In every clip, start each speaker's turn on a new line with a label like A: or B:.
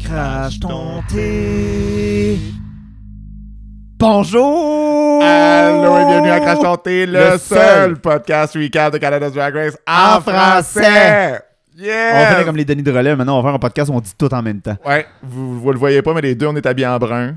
A: Village Tenté. Bonjour!
B: Allô et bienvenue à Crash Chanté, le,
A: Oh! Le
B: seul,
A: seul.
B: podcast recap de Canada's Drag Race en,
A: En
B: français. Yeah!
A: On fait comme les Denis de relais, maintenant on va faire un podcast où on dit tout en même temps.
B: Ouais, vous, vous le voyez pas, mais les deux, on est habillés en brun.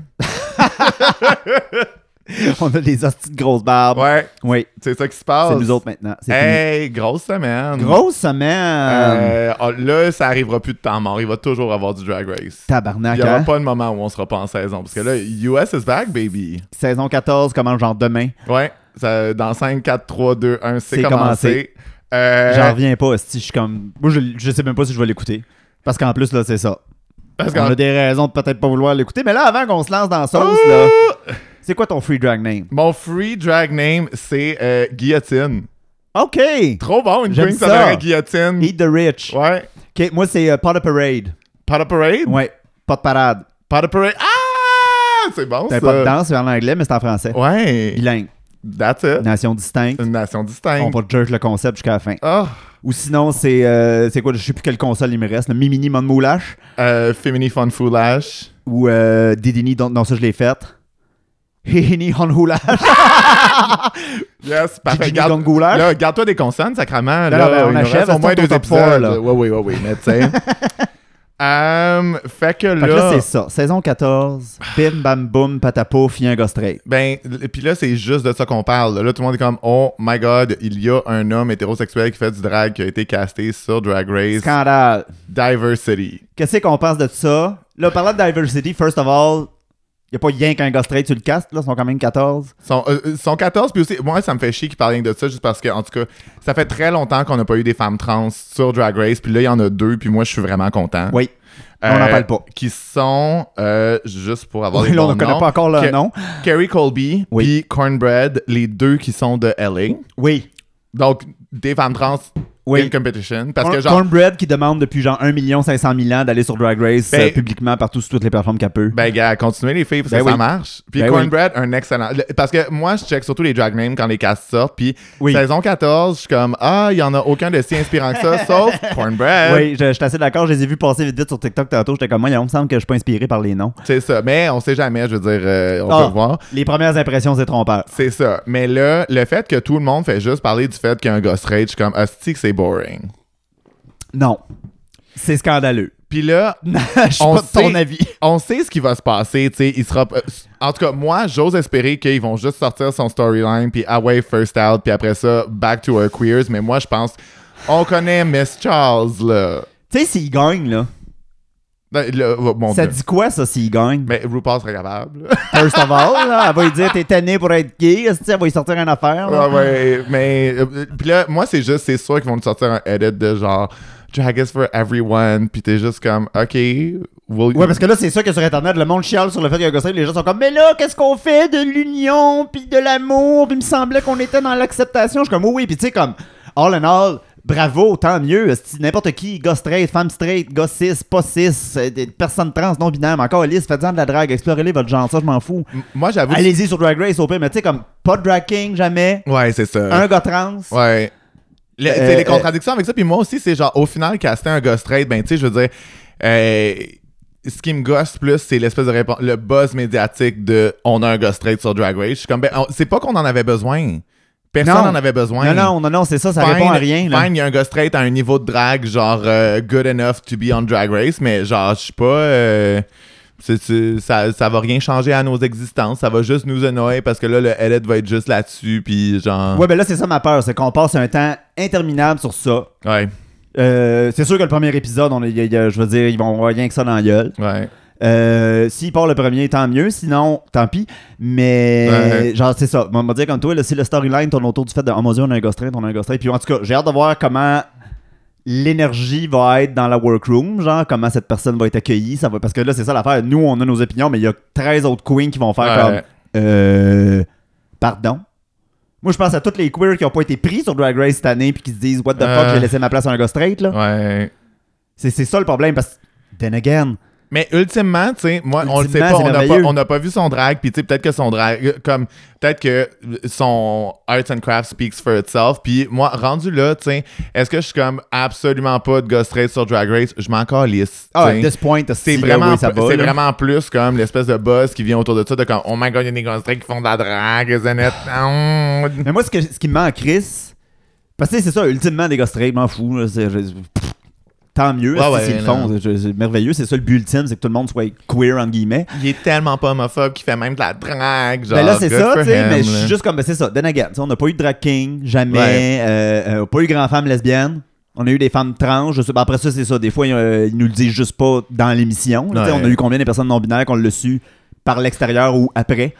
A: On a des hosties de grosses barbes.
B: Ouais,
A: Oui,
B: c'est ça qui se passe.
A: Ah c'est nous autres maintenant. C'est
B: Hey, grosse semaine.
A: fini. Grosse semaine!
B: Euh, oh, là, ça arrivera plus de temps mort. Il va toujours avoir du Drag Race. Il
A: Tabarnak,
B: n'y aura
A: hein?
B: pas de moment où on sera pas en saison. Parce que là, US is back, baby.
A: Saison 14 commence genre demain.
B: Ouais, ça- dans 5, 4, 3, 2, 1, c'est
A: C'est
B: commencé. Euh,
A: J'en reviens pas, si je suis comme... Moi, je, je sais même pas si je vais l'écouter. Parce qu'en plus, là, c'est ça.
B: parce
A: On
B: qu'en
A: a des raisons de peut-être pas vouloir l'écouter, mais là, avant qu'on se lance dans la sauce,
B: Ouh!
A: là... C'est quoi ton free drag name?
B: Mon free drag name, c'est euh, Guillotine.
A: OK!
B: Trop bon, une
A: J'aime
B: queen
A: ça.
B: s'appelle la Guillotine.
A: Eat the rich.
B: Ouais.
A: OK, moi, c'est euh, Pas de parade.
B: Pas de parade?
A: Ouais, pas de parade.
B: Pas de parade. Ah! C'est bon, ça.
A: T'as Ben, pas de danse, c'est en anglais, mais c'est en français.
B: Ouais.
A: Bilingue.
B: That's it.
A: Nation distincte.
B: Une nation
A: On
B: distincte.
A: va jerk le concept jusqu'à la fin.
B: Ah!
A: Ou sinon, c'est euh, c'est quoi, je sais plus quelle console il me reste, le Mimini Mon Moulash
B: Euh, Femini Fun Foulash.
A: ou euh, Didini, donc, non, ça je l'ai faite. Hihini Hon Houlash.
B: Yes, parfait.
A: Gigi
B: Garde,
A: Gongoulash.
B: là, garde-toi des consonnes, sacrament.
A: Non,
B: là,
A: non, ben, on
B: il nous
A: achève,
B: reste au
A: restons
B: moins
A: ton
B: deux
A: top four,
B: épisodes.
A: là.
B: Ouais, ouais, ouais, ouais, mais tu sais. Hum, fait que là.
A: Fait que là, c'est ça. Saison 14, bim bam boum, patapouf, y'a un gars straight.
B: Ben, l- puis là, c'est juste de ça qu'on parle. Là, tout le monde est comme, oh my god, il y a un homme hétérosexuel qui fait du drag qui a été casté sur Drag Race
A: Scandale.
B: Diversity.
A: Qu'est-ce qu'on pense de ça? Là, parlant de diversity, first of all, y a pas rien qu'un gars straight sur le cast, là, ils sont quand même 14.
B: Son, euh, euh, son 14, puis aussi, moi, ça me fait chier qu'ils parlent rien de ça, juste parce que, en tout cas, ça fait très longtemps qu'on n'a pas eu des femmes trans sur Drag Race, puis là, il y en a deux, puis moi, je suis vraiment content. Euh,
A: Oui. on n'en parle pas.
B: Qui sont, euh, juste pour avoir
A: Oui,
B: les
A: là, on
B: bons
A: ne connaît
B: noms,
A: pas encore leur
B: Ke-
A: nom.
B: Kerry Colby,
A: Oui.
B: puis Cornbread, les deux qui sont de LA.
A: Oui.
B: Donc, des femmes trans
A: Oui.
B: in competition. Parce que,
A: Corn-
B: genre,
A: Cornbread qui demande depuis genre 1 500 000 ans d'aller sur Drag Race
B: Ben-
A: euh, publiquement partout sur toutes les plateformes qu'elle peut.
B: Ben, gars, continuez les filles, parce
A: Ben
B: que ça
A: oui.
B: marche. Puis
A: Ben
B: Cornbread, un excellent. le- Parce que moi, je check surtout les drag names quand les castes sortent. Puis
A: Oui.
B: saison 14, je suis comme, ah, il n'y en a aucun de si inspirant que ça, sauf Cornbread.
A: oui, je, je suis assez d'accord. Je les ai vus passer vite vite sur TikTok tantôt. J'étais comme moi, il me semble que je suis pas inspiré par les noms.
B: C'est ça. Mais on sait jamais, je veux dire, euh, on
A: Ah,
B: peut voir.
A: Les premières impressions, c'est trompeur.
B: C'est ça. Mais là, le fait que tout le monde fait juste parler du fait qu'il y a un ghost rage, je suis comme, hostie que c'est boring.
A: Non. C'est scandaleux.
B: Puis là,
A: Je suis
B: On
A: pas de ton
B: sait-
A: avis.
B: on sait ce qui va se passer, tu sais, il sera euh, en tout cas moi, j'ose espérer qu'ils vont juste sortir son storyline puis away first out puis après ça back to her queers, mais moi je pense on connaît Miss Charles là.
A: Tu sais, s'il gagne, là,
B: Le- le- oh, mon
A: ça
B: Dieu.
A: dit quoi, ça, s'il gagne?
B: Mais RuPaul serait capable.
A: First of all, là, elle va lui dire t'es tanné pour être gay, est-ce que elle va lui sortir une affaire. là?
B: ouais, ouais, mais euh, puis là moi c'est juste c'est sûr qu'ils vont nous sortir un edit de genre drag is for everyone puis t'es juste comme OK, will
A: Ouais, parce que là, c'est sûr que sur Internet, le monde chiale sur le fait qu'il y a un gars straight, Les gens sont comme, mais là, qu'est-ce qu'on fait de l'union, puis de l'amour, puis il me semblait qu'on était dans l'acceptation. Je suis comme, oui, oui, puis tu sais, comme, all in all, bravo, tant mieux. esti, N'importe qui, gars straight, femme straight, gars cis, pas cis, euh, des- personne trans, non-binaire, encore lisse, faites-en de la drague, explorez-les votre genre, ça, je m'en fous.
B: M- moi j'avoue
A: Allez-y sur Drag Race, au pire, mais tu sais, comme, pas de drag king, jamais,
B: Ouais, c'est ça.
A: un gars trans.
B: Ouais. Le- t'sais,
A: Euh,
B: les contradictions avec ça. Puis moi aussi, c'est genre, au final, caster un ghost trade, ben, tu sais, je veux dire, euh, ce qui me gosse plus, c'est l'espèce de réponse, le buzz médiatique de on a un ghost trade sur Drag Race. Je suis comme, ben, on- c'est pas qu'on en avait besoin. Personne
A: Non.
B: en avait besoin.
A: Non, non, non, non, c'est ça, ça répond à rien. là.
B: Fine, il y a un ghost trade à un niveau de drag, genre, euh, good enough to be on Drag Race, mais genre, je suis pas. euh, c'est- c'est- ça, ça va rien changer à nos existences, ça va juste nous annoyer parce que là, le edit va être juste là-dessus, puis genre.
A: Ouais, ben là, c'est ça ma peur, c'est qu'on passe un temps interminable sur ça.
B: Ouais,
A: Euh, c'est sûr que le premier épisode, on, est- y a- y a- je veux dire, ils vont avoir rien que ça dans la gueule.
B: ouais.
A: Euh, S'il part le premier, tant mieux. Sinon, tant pis. Mais,
B: Ouais.
A: genre, c'est ça. On va dire comme toi, là, si le storyline tourne autour du fait de Oh mon Dieu, on a un ghost train, on a un ghost train. Puis en tout cas, j'ai hâte de voir comment l'énergie va être dans la workroom. Genre, comment cette personne va être accueillie. Ça va... Parce que là, c'est ça l'affaire. Nous, on a nos opinions, mais il y a 13 autres queens qui vont faire
B: Ouais.
A: comme Euh. Pardon? Moi, je pense à toutes les queers qui ont pas été pris sur Drag Race cette année puis qui se disent What the fuck,
B: Euh.
A: j'ai laissé ma place à un ghost straight, là.
B: Ouais.
A: C'est, c'est ça le problème parce que, then again,
B: Mais ultimement, tu sais, moi, on le sait pas,
A: Ultimement,
B: on
A: c'est
B: n'a pas,
A: merveilleux.
B: on n'a pas vu son drag, puis tu sais, peut-être que son drag, euh, comme, peut-être que son arts and crafts speaks for itself, puis moi, rendu là, tu sais, est-ce que je suis comme absolument pas de ghost race sur Drag Race? Je m'en calisse.
A: Ah,
B: tu
A: ouais,
B: sais.
A: this point,
B: c'est
A: si, là,
B: vraiment,
A: oui, ça va,
B: c'est
A: là.
B: vraiment plus comme l'espèce de buzz qui vient autour de ça, de comme, oh my god, il y a des ghost races qui font de la drague, les honnêtes.
A: Mais moi, ce, que- ce qui me manque, Chris, parce que tu sais, c'est ça, ultimement, des gars straight, je m'en fous. là, c'est- je- pff, tant mieux,
B: Ouais,
A: si
B: ouais,
A: ils le
B: là.
A: font, c'est- c'est merveilleux. C'est ça le but ultime, c'est que tout le monde soit queer, entre guillemets.
B: Il est tellement pas homophobe qu'il fait même de la drague, genre.
A: ben là, c'est
B: good
A: ça,
B: for
A: tu sais,
B: him,
A: mais je
B: là.
A: suis juste comme, ben c'est ça, then again, tu sais, on n'a pas eu de drag king, jamais,
B: Ouais.
A: euh, euh, pas eu grand femme lesbienne. On a eu des femmes trans, je sais pas, après ça, c'est ça, des fois, euh, ils nous le disent juste pas dans l'émission. là, tu sais,
B: Ouais.
A: On a eu combien de personnes non-binaires qu'on le su par l'extérieur ou après.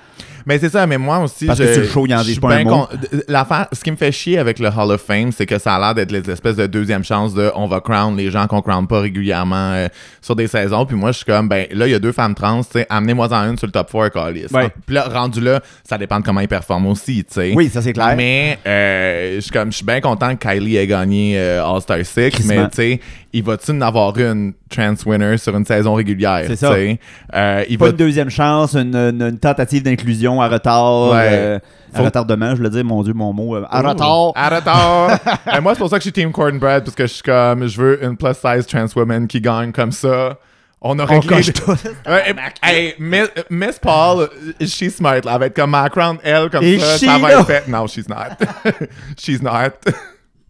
B: Mais c'est ça, mais moi aussi.
A: Parce que
B: je-
A: sur le show, il y en a,
B: je
A: c'est
B: suis
A: pas un
B: ben
A: mot.
B: con- l'affaire- ce qui me fait chier avec le Hall of Fame, c'est que ça a l'air d'être l'espèce de deuxième chance de on va crown les gens qu'on crown pas régulièrement euh, sur des saisons. Puis moi, je suis comme, ben là, il y a deux femmes trans, tu sais, amenez-moi en une sur le top 4 Callis.
A: Ouais.
B: Puis là, rendu là, ça dépend de comment ils performent aussi, tu sais.
A: Oui, ça, c'est clair.
B: Mais euh, je suis comme, je suis bien content que Kylie ait gagné euh, All-Star 6, mais
A: Crissement.
B: tu sais, il va-tu en avoir une trans winner sur une saison régulière?
A: C'est ça.
B: tu sais? Euh, il
A: Pas
B: va
A: une deuxième chance, une, une- une tentative d'inclusion à retard,
B: Ouais.
A: euh, à
B: Faut-
A: retardement, je le dis, mon Dieu, mon mot, euh, à
B: Ouh.
A: retard.
B: À retard. Euh, moi, c'est pour ça que je suis Team Cornbread, parce que je suis comme, je veux une plus size trans woman qui gagne comme ça. Ah, On a
A: On
B: réglé.
A: coche tout.
B: Ouais, et- hey, Miss, Miss Paul, she's smart. Là. Elle va être comme ma crown, elle, comme
A: Et
B: ça.
A: she,
B: Ça va
A: là.
B: être fait. Non, she's not. she's not.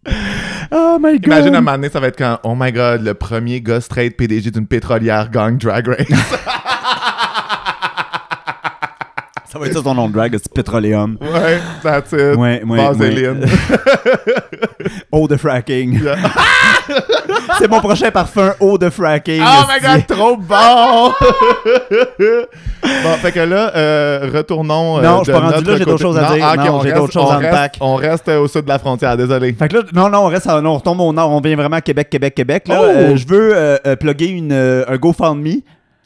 A: Oh my god.
B: Imagine à un moment donné, ça va être quand, oh my god, le premier gars straight PDG d'une pétrolière gagne Drag Race.
A: Ça va être ça ton nom de drag, c'est pétroléum.
B: ouais, that's it.
A: Ouais, ouais,
B: Vaseline.
A: Eau de fracking. c'est mon prochain parfum, eau de fracking.
B: Oh my god, trop bon! bon, fait que là, euh, retournons. euh,
A: Non, je suis pas
B: de
A: rendu
B: notre
A: là, j'ai
B: côté-
A: d'autres choses à
B: Non,
A: dire.
B: ah, ok,
A: Non,
B: on
A: j'ai
B: reste-
A: d'autres choses
B: on
A: à
B: reste-
A: unpack.
B: On reste au sud de la frontière, désolé.
A: Fait que là, non, non, on reste, à- non, on retombe au nord, on vient vraiment à Québec, Québec, Québec. Là,
B: Oh!
A: Euh, je veux euh, euh, plugger une, euh, un GoFundMe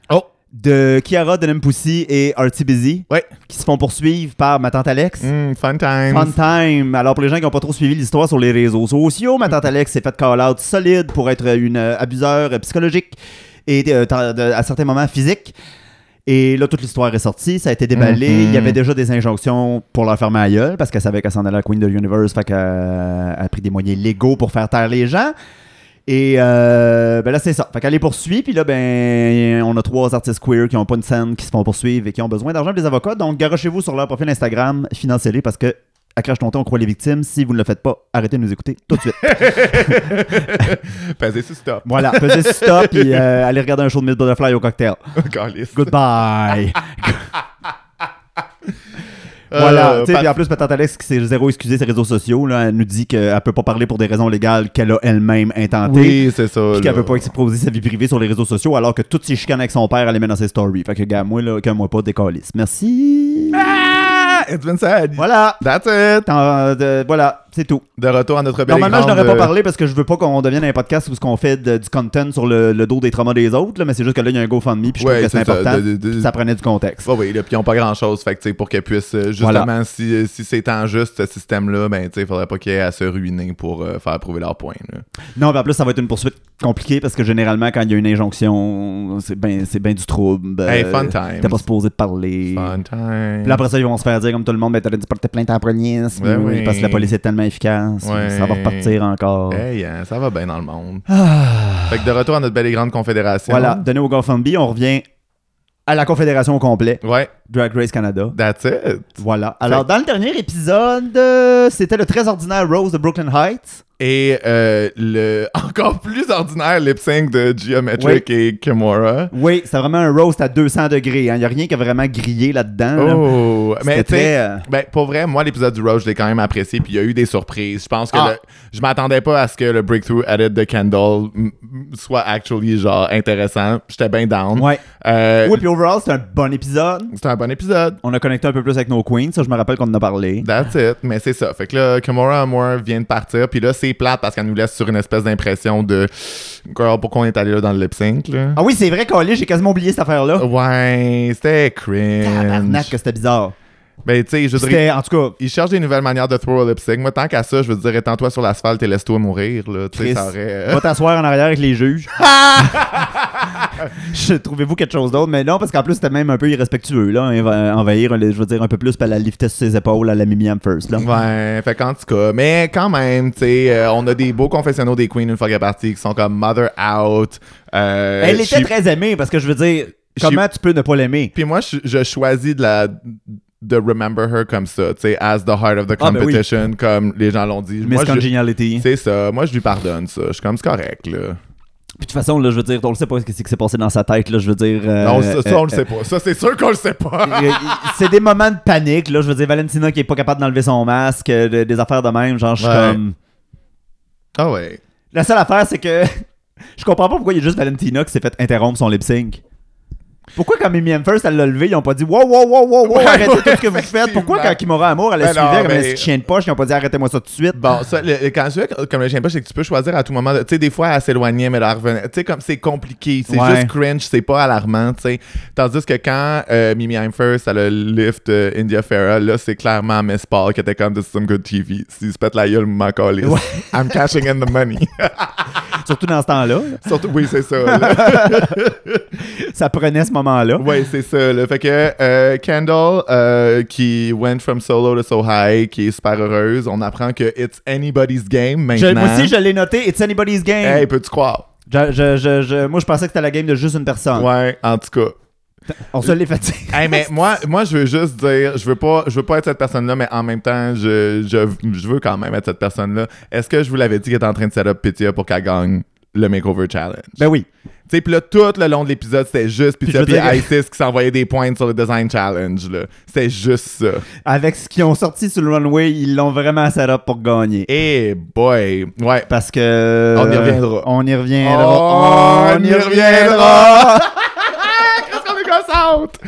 B: Oh!
A: de Kiara Pussy et Artie Busy
B: Ouais.
A: qui se font poursuivre par ma tante Alex.
B: Hmm, fun times.
A: Fun time. Alors, pour les gens qui n'ont pas trop suivi l'histoire sur les réseaux sociaux, ma tante Alex s'est faite call-out solide pour être une euh, abuseure euh, psychologique et euh, tant- de- à certains moments physique. Et là, toute l'histoire est sortie, ça a été déballé.
B: Mhm.
A: Il y avait déjà des injonctions pour leur faire ma gueule parce qu'elle savait qu'elle s'en allait à Queen de l'Universe, fait qu'elle a pris des moyens légaux pour faire taire les gens. Et euh, ben là, c'est ça. Fait qu'elle les poursuit, puis là, ben, on a trois artistes queer qui ont pas une scène, qui se font poursuivre et qui ont besoin d'argent pour des avocats. Donc, garochez-vous sur leur profil Instagram, financez-les parce que, à Crash Tonton, on croit les victimes. Si vous ne le faites pas, arrêtez de nous écouter tout de suite.
B: Pesez sur stop.
A: voilà, pesez sur stop, puis euh, allez regarder un show de Miss Butterfly au cocktail.
B: Calisse.
A: Goodbye!
B: Euh,
A: Voilà, tu sais,
B: Pat-
A: puis en plus, ma tante Alex, qui s'est zéro excusée ses réseaux sociaux, là, elle nous dit qu'elle peut pas parler pour des raisons légales qu'elle a elle-même intentées.
B: Oui, c'est ça.
A: Puis qu'elle
B: là.
A: veut pas exposer sa vie privée sur les réseaux sociaux alors que toutes ses chicanes avec son père, elle les met dans ses stories. Fait que, gars, moi, là, qu'un mois pas décalisse. Merci.
B: Ah! It's been sad.
A: Voilà.
B: That's it.
A: T'en- de- voilà, c'est tout.
B: De retour à notre belle
A: Normalement, je
B: grande,
A: n'aurais pas
B: euh,
A: parlé parce que je veux pas qu'on devienne un podcast où ce qu'on fait de- du content sur le, le dos des traumas des autres, là, mais c'est juste que là, il y a un GoFundMe, puis je
B: Ouais,
A: trouve que c'est
B: c'est ça,
A: important. Ça,
B: de- de- de-
A: ça prenait du contexte.
B: Oh oui, là, puis ils n'ont pas grand-chose. Fait que, tu sais, pour qu'elle puisse, euh, justement,
A: Voilà.
B: si, euh, si c'est en juste ce système-là, ben, tu sais, il faudrait pas qu'elle ait à se ruiner pour euh, faire prouver leur point. là.
A: Non, mais en plus, ça va être une poursuite compliquée parce que généralement, quand il y a une injonction, c'est bien ben du trouble.
B: Hey,
A: Euh,
B: fun time.
A: T'es pas supposé parler.
B: Fun time.
A: Puis là, après ça, ils vont se faire dire, comme tout le monde, mais t'aurais dû porter plainte à la police.
B: Ouais,
A: Oui,
B: ouais.
A: Parce que la police est tellement efficace.
B: Ouais.
A: Ça va repartir encore.
B: Hey, hein, ça va bien dans le monde. Fait que de retour à notre belle et grande confédération.
A: Ah. Voilà, donné au GoFundMe, on revient à la Confédération au complet,
B: Ouais,
A: Drag Race Canada.
B: that's it.
A: Voilà. Alors, dans le dernier épisode, euh, c'était le très ordinaire Rose de Brooklyn Heights.
B: Et euh, le encore plus ordinaire lip sync de Geometric et Kimura.
A: Oui, c'était vraiment un roast à 200 degrés. hein. Il n'y a rien qui a vraiment grillé là-dedans. là.
B: Oh,
A: C'était
B: mais tu sais,
A: très, euh,
B: ben, pour vrai, moi, l'épisode du Roach, je l'ai quand même apprécié, puis il y a eu des surprises. Je pense que
A: Ah.
B: le- je m'attendais pas à ce que le breakthrough edit de Kendall mm, mm, soit actually, genre, intéressant. J'étais bien down.
A: Ouais.
B: Euh,
A: Oui, puis overall, c'était un bon épisode.
B: C'était un bon épisode.
A: On a connecté un peu plus avec nos queens. Ça, je me rappelle qu'on en a parlé.
B: That's it. Mais c'est ça. Fait que là, Kimura Amor vient de partir. Puis là, c'est plate parce qu'elle nous laisse sur une espèce d'impression de Girl, pourquoi on est allé là dans le lip sync, là?
A: Ah oui, Oh.
B: Oh,
A: c'est vrai, Collier, j'ai quasiment oublié cette affaire-là.
B: Ouais, c'était cringe.
A: Tabarnak que c'était bizarre.
B: Ben, tu sais, je dirais.
A: C'était, en tout cas,
B: Il cherche des nouvelles manières de throw a lip sync. Moi, tant qu'à ça, je veux dire, étends-toi sur l'asphalte et laisse-toi mourir. Là. Tu sais,
A: Chris,
B: ça aurait. euh,
A: va t'asseoir en arrière avec les juges. Je- Trouvez-vous quelque chose d'autre? Mais non, parce qu'en plus, c'était même un peu irrespectueux, là, env- envahir, le- je veux dire, un peu plus, par la lifter sur ses épaules à la Mimi Am First, là.
B: Ouais, fait qu'en tout cas, mais quand même, tu sais, euh, on a des beaux confessionnaux des Queen une fois qu'elle est partie qui sont comme Mother Out. euh,
A: Elle
B: je
A: était
B: suis-
A: très aimée, parce que je veux dire, comment tu peux ne pas l'aimer?
B: Puis moi, je, je choisis de la de remember her comme ça, tu sais, as the heart of the
A: Ah, ben oui.
B: competition, comme les gens l'ont dit.
A: Miss
B: Moi, je-
A: Congeniality.
B: c'est ça, moi je lui pardonne ça, je suis comme c'est correct là.
A: Euh, Puis de toute façon, là, je veux dire, on le sait pas ce que c'est qui s'est passé dans sa tête, là, je veux dire. euh,
B: non, ça, ça,
A: euh,
B: on le sait pas, ça c'est sûr qu'on le sait pas.
A: euh, c'est des moments de panique, là. Je veux dire, Valentina qui est pas capable d'enlever son masque, euh, de- des affaires de même, genre, je suis
B: Ouais.
A: comme.
B: Ah ouais.
A: La seule affaire, c'est que je comprends pas pourquoi il y a juste Valentina qui s'est fait interrompre son lip sync. Pourquoi quand Mimi M First elle l'a levé, ils ont pas dit wow wow wow wow wow
B: Ouais,
A: arrêtez
B: ouais,
A: tout ce que vous faites. Pourquoi
B: effectivement.
A: quand Kimora Amour elle la
B: Ben non,
A: suivait comme
B: mais-
A: un chien de poche, ils ont pas dit arrêtez-moi ça tout de suite.
B: Bon, ça, le, le- quand je dis comme le chien de poche, c'est que tu peux choisir à tout moment. de- Tu sais, des fois, elle s'éloignait, mais elle revenait. Tu sais, comme c'est compliqué. C'est
A: Ouais.
B: juste cringe, c'est pas alarmant, tu sais. Tandis que quand euh, Mimi I'm First, elle a lift euh, India Farah, là, c'est clairement Miss Paul qui était comme This is some good TV. Si se pète la gueule, m'en calisse.
A: Ouais.
B: I'm cashing in the money.
A: Surtout dans ce temps-là,
B: Surtout, oui, c'est ça. là.
A: ça prenait ce moment-là.
B: Ouais, c'est ça. là. Fait que euh, Kendall, euh, qui went from solo to so high, qui est super heureuse, on apprend que it's anybody's game
A: Je-
B: maintenant.
A: moi aussi je l'ai noté. It's anybody's game.
B: Hey, peux-tu croire?
A: Je- je- je- je- moi je pensais que c'était la game de juste une personne.
B: Ouais, en tout cas.
A: On se l'est fait dire.
B: Hey, mais moi, moi, je veux juste dire, je veux pas, je veux pas être cette personne-là, mais en même temps, je, je, je veux quand même être cette personne-là. Est-ce que je vous l'avais dit qu'elle est en train de set up Pitya pour qu'elle gagne le Makeover Challenge?
A: Ben oui.
B: Tu sais, puis là, tout le long de l'épisode, c'était juste
A: je
B: Pitya
A: veux
B: puis
A: dire-
B: Isis qui s'envoyait des points sur le Design Challenge, là. C'était juste ça.
A: Avec ce qu'ils ont sorti sur le runway, ils l'ont vraiment set up pour gagner.
B: Eh boy! Ouais.
A: Parce que.
B: On y reviendra.
A: On y reviendra.
B: Oh, on y reviendra. Qu'est-ce qu'on est gossante!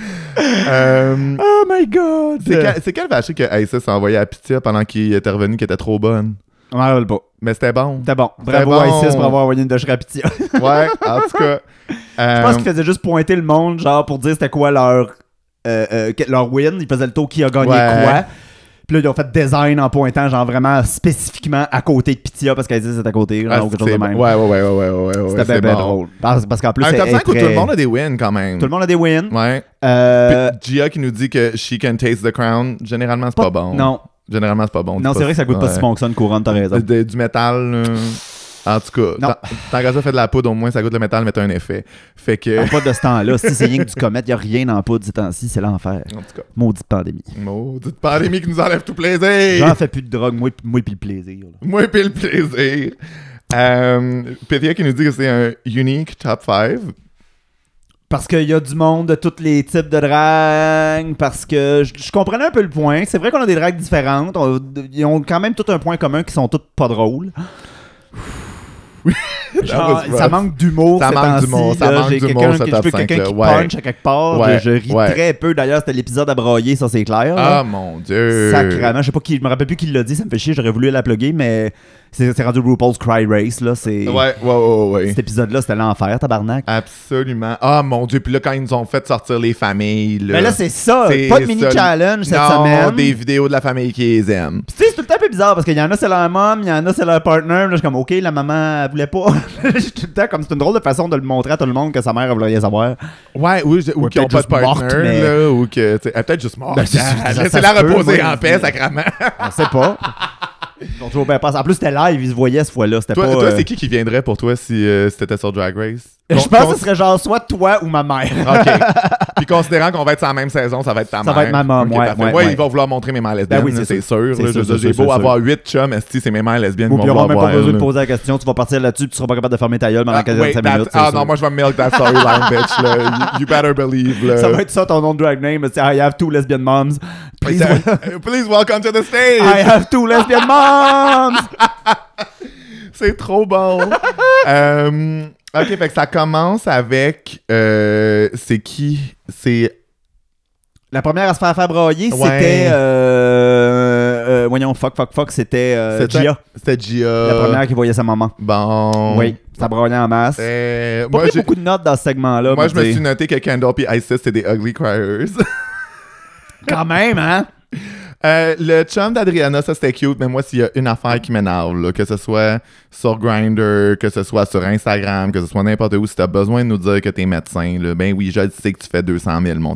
B: Euh,
A: Oh my god!
B: c'est quel- c'est quel vaché que Isis a envoyé à Pitya pendant qu'il était revenu, qui était trop bonne?
A: On m'en rappelle pas.
B: Mais c'était bon.
A: C'était bon.
B: C'était
A: Bravo
B: bon.
A: à ISIS pour avoir envoyé une doche rapide. Je
B: Ouais, en tout cas. euh,
A: pense qu'ils faisaient juste pointer le monde, genre, pour dire c'était quoi leur. euh, euh, que- leur win, ils faisaient le tour qui a gagné
B: Ouais.
A: quoi. Puis là, ils ont fait design en pointant, genre vraiment spécifiquement à côté de Pitya parce qu'Isis est à côté, genre,
B: ah,
A: ou quelque chose
B: c'est-
A: de même.
B: Ouais, ouais, ouais, ouais, ouais, ouais, ouais.
A: C'était bien,
B: c'est
A: bien
B: bon.
A: drôle. Parce, parce qu'en plus,
B: Un
A: elle
B: top
A: est
B: 5 où tout
A: très-
B: le monde a des wins quand même.
A: Tout le monde a des wins.
B: Ouais.
A: Euh,
B: Puis Gia qui nous dit que she can taste the crown, généralement c'est pas,
A: pas-
B: bon.
A: Non,
B: Généralement c'est pas bon.
A: non
B: dis
A: c'est vrai que ça goûte pas
B: ouais.
A: si bon que ça une couronne, t'as raison.
B: De- du métal. euh, En tout cas,
A: Non.
B: tant- tant qu'à ça fait de la poudre, au moins ça goûte le métal, mais t'as un effet. Fait que.
A: Ah, pas de ce temps-là. Si c'est rien que du comète, il a rien en poudre du temps-ci, c'est l'enfer.
B: En tout cas,
A: Maudite pandémie.
B: maudite pandémie qui nous enlève tout plaisir.
A: J'en fais plus de drogue, moi, pis- moi pis le plaisir. là.
B: Moi, pis le plaisir. Euh, Pythia qui nous dit que c'est un unique top 5.
A: Parce qu'il y a du monde de tous les types de drague, parce que je je comprenais un peu le point. C'est vrai qu'on a des dragues différentes. on- ils ont quand même tout un point commun qui sont toutes pas drôles.
B: Ah,
A: Genre,
B: was rough.
A: ça manque d'humour.
B: Ça
A: ces
B: manque
A: temps-ci,
B: d'humour, ça
A: là.
B: manque
A: J'ai
B: d'humour,
A: quelqu'un
B: ce
A: qui-
B: top
A: Je veux quelqu'un qui
B: 5 là, ouais.
A: punch à quelque part.
B: Ouais,
A: Je ris
B: ouais.
A: très peu. D'ailleurs, c'était l'épisode à broyer, ça c'est clair. là.
B: Ah mon dieu.
A: Sacrament, je sais pas qui, je me rappelle plus qui l'a dit, ça me fait chier, j'aurais voulu la plugger, mais c'est c'est rendu RuPaul's Cry Race, là, c'est...
B: Ouais, ouais, ouais, ouais.
A: Cet épisode-là, c'était l'enfer, tabarnak.
B: Absolument. Ah mon dieu, puis là quand ils nous ont fait sortir les familles là.
A: Mais Ben là, c'est ça,
B: c'est
A: pas de
B: ça.
A: mini-challenge cette
B: non,
A: semaine.
B: des vidéos de la famille qui les aiment.
A: Puis tu sais, c'est tout le temps un peu bizarre, parce qu'il y en a, c'est leur mom, il y en a, c'est leur partner, là, je suis comme, OK, la maman, elle voulait pas. Je suis tout le temps comme, c'est une drôle de façon de le montrer à tout le monde que sa mère, elle voulait rien savoir.
B: Ouais, ou, ou
A: Ou
B: qui ont
A: peut-être
B: pas de
A: juste morte,
B: partner
A: mais-
B: là ou que tu sais, elle est peut-être juste morte.
A: Ben, c'est-
B: Ah,
A: ça- ça
B: Laissez-la
A: se peut, Ben,
B: reposer
A: moi,
B: en
A: je-
B: paix, sacrament.
A: On sait pas. Ils ont toujours bien pensé. En plus, c'était live, ils se voyaient cette fois-là, c'était
B: toi,
A: pas...
B: toi
A: euh,
B: c'est qui qui viendrait pour toi si, euh, si t'étais sur Drag Race
A: Je pense que ce serait genre soit toi ou ma mère.
B: OK. Puis considérant qu'on va être sur la même saison, ça va être ta
A: Ça
B: mère.
A: va être ma mère,
B: OK,
A: ouais,
B: parfait.
A: ouais,
B: Ouais,
A: ouais.
B: ils vont vouloir montrer mes mères lesbiennes,
A: Ben oui,
B: là,
A: c'est
B: c'est sûr. là.
A: sûr,
B: Je veux
A: c'est
B: dire, J'ai
A: sûr,
B: beau
A: c'est
B: avoir huit chums, esti, c'est mes mères lesbiennes
A: Ou
B: qui vont
A: puis on
B: vouloir
A: même
B: voir.
A: pas besoin de
B: là.
A: poser la question, tu vas partir là-dessus, puis tu seras pas capable de fermer ta gueule pendant
B: Ah,
A: 45
B: wait,
A: minutes.
B: that-
A: c'est
B: ah
A: sûr.
B: non, moi je vais me milk that storyline, bitch. Là. You, you better believe. Là.
A: Ça va être ça ton nom de drag name, c'est I have two lesbian moms. Please,
B: Euh, Please welcome to the stage.
A: I have two lesbian moms!
B: C'est trop bon. Euh, ok, fait que ça commence avec. euh, c'est qui C'est.
A: La première à se faire faire brailler,
B: Ouais.
A: c'était. Euh, euh, voyons, fuck, fuck, fuck, c'était euh,
B: C'était-
A: Gia,
B: C'était Gia.
A: la première qui voyait sa maman.
B: Bon.
A: Oui, ça braillait en masse.
B: Euh,
A: Pas
B: moi,
A: pris
B: j'ai-
A: beaucoup de notes dans ce segment-là.
B: moi,
A: mais
B: je me
A: t'sais,
B: suis noté que Kendall puis Isis, c'est des ugly criers.
A: Quand même, hein?
B: Euh, le chum d'Adriana, ça c'était cute, mais moi, s'il y a une affaire qui m'énerve, là, que ce soit sur Grindr, que ce soit sur Instagram, que ce soit n'importe où, si t'as besoin de nous dire que t'es médecin, là, ben oui, je le sais que tu fais 200 000, mon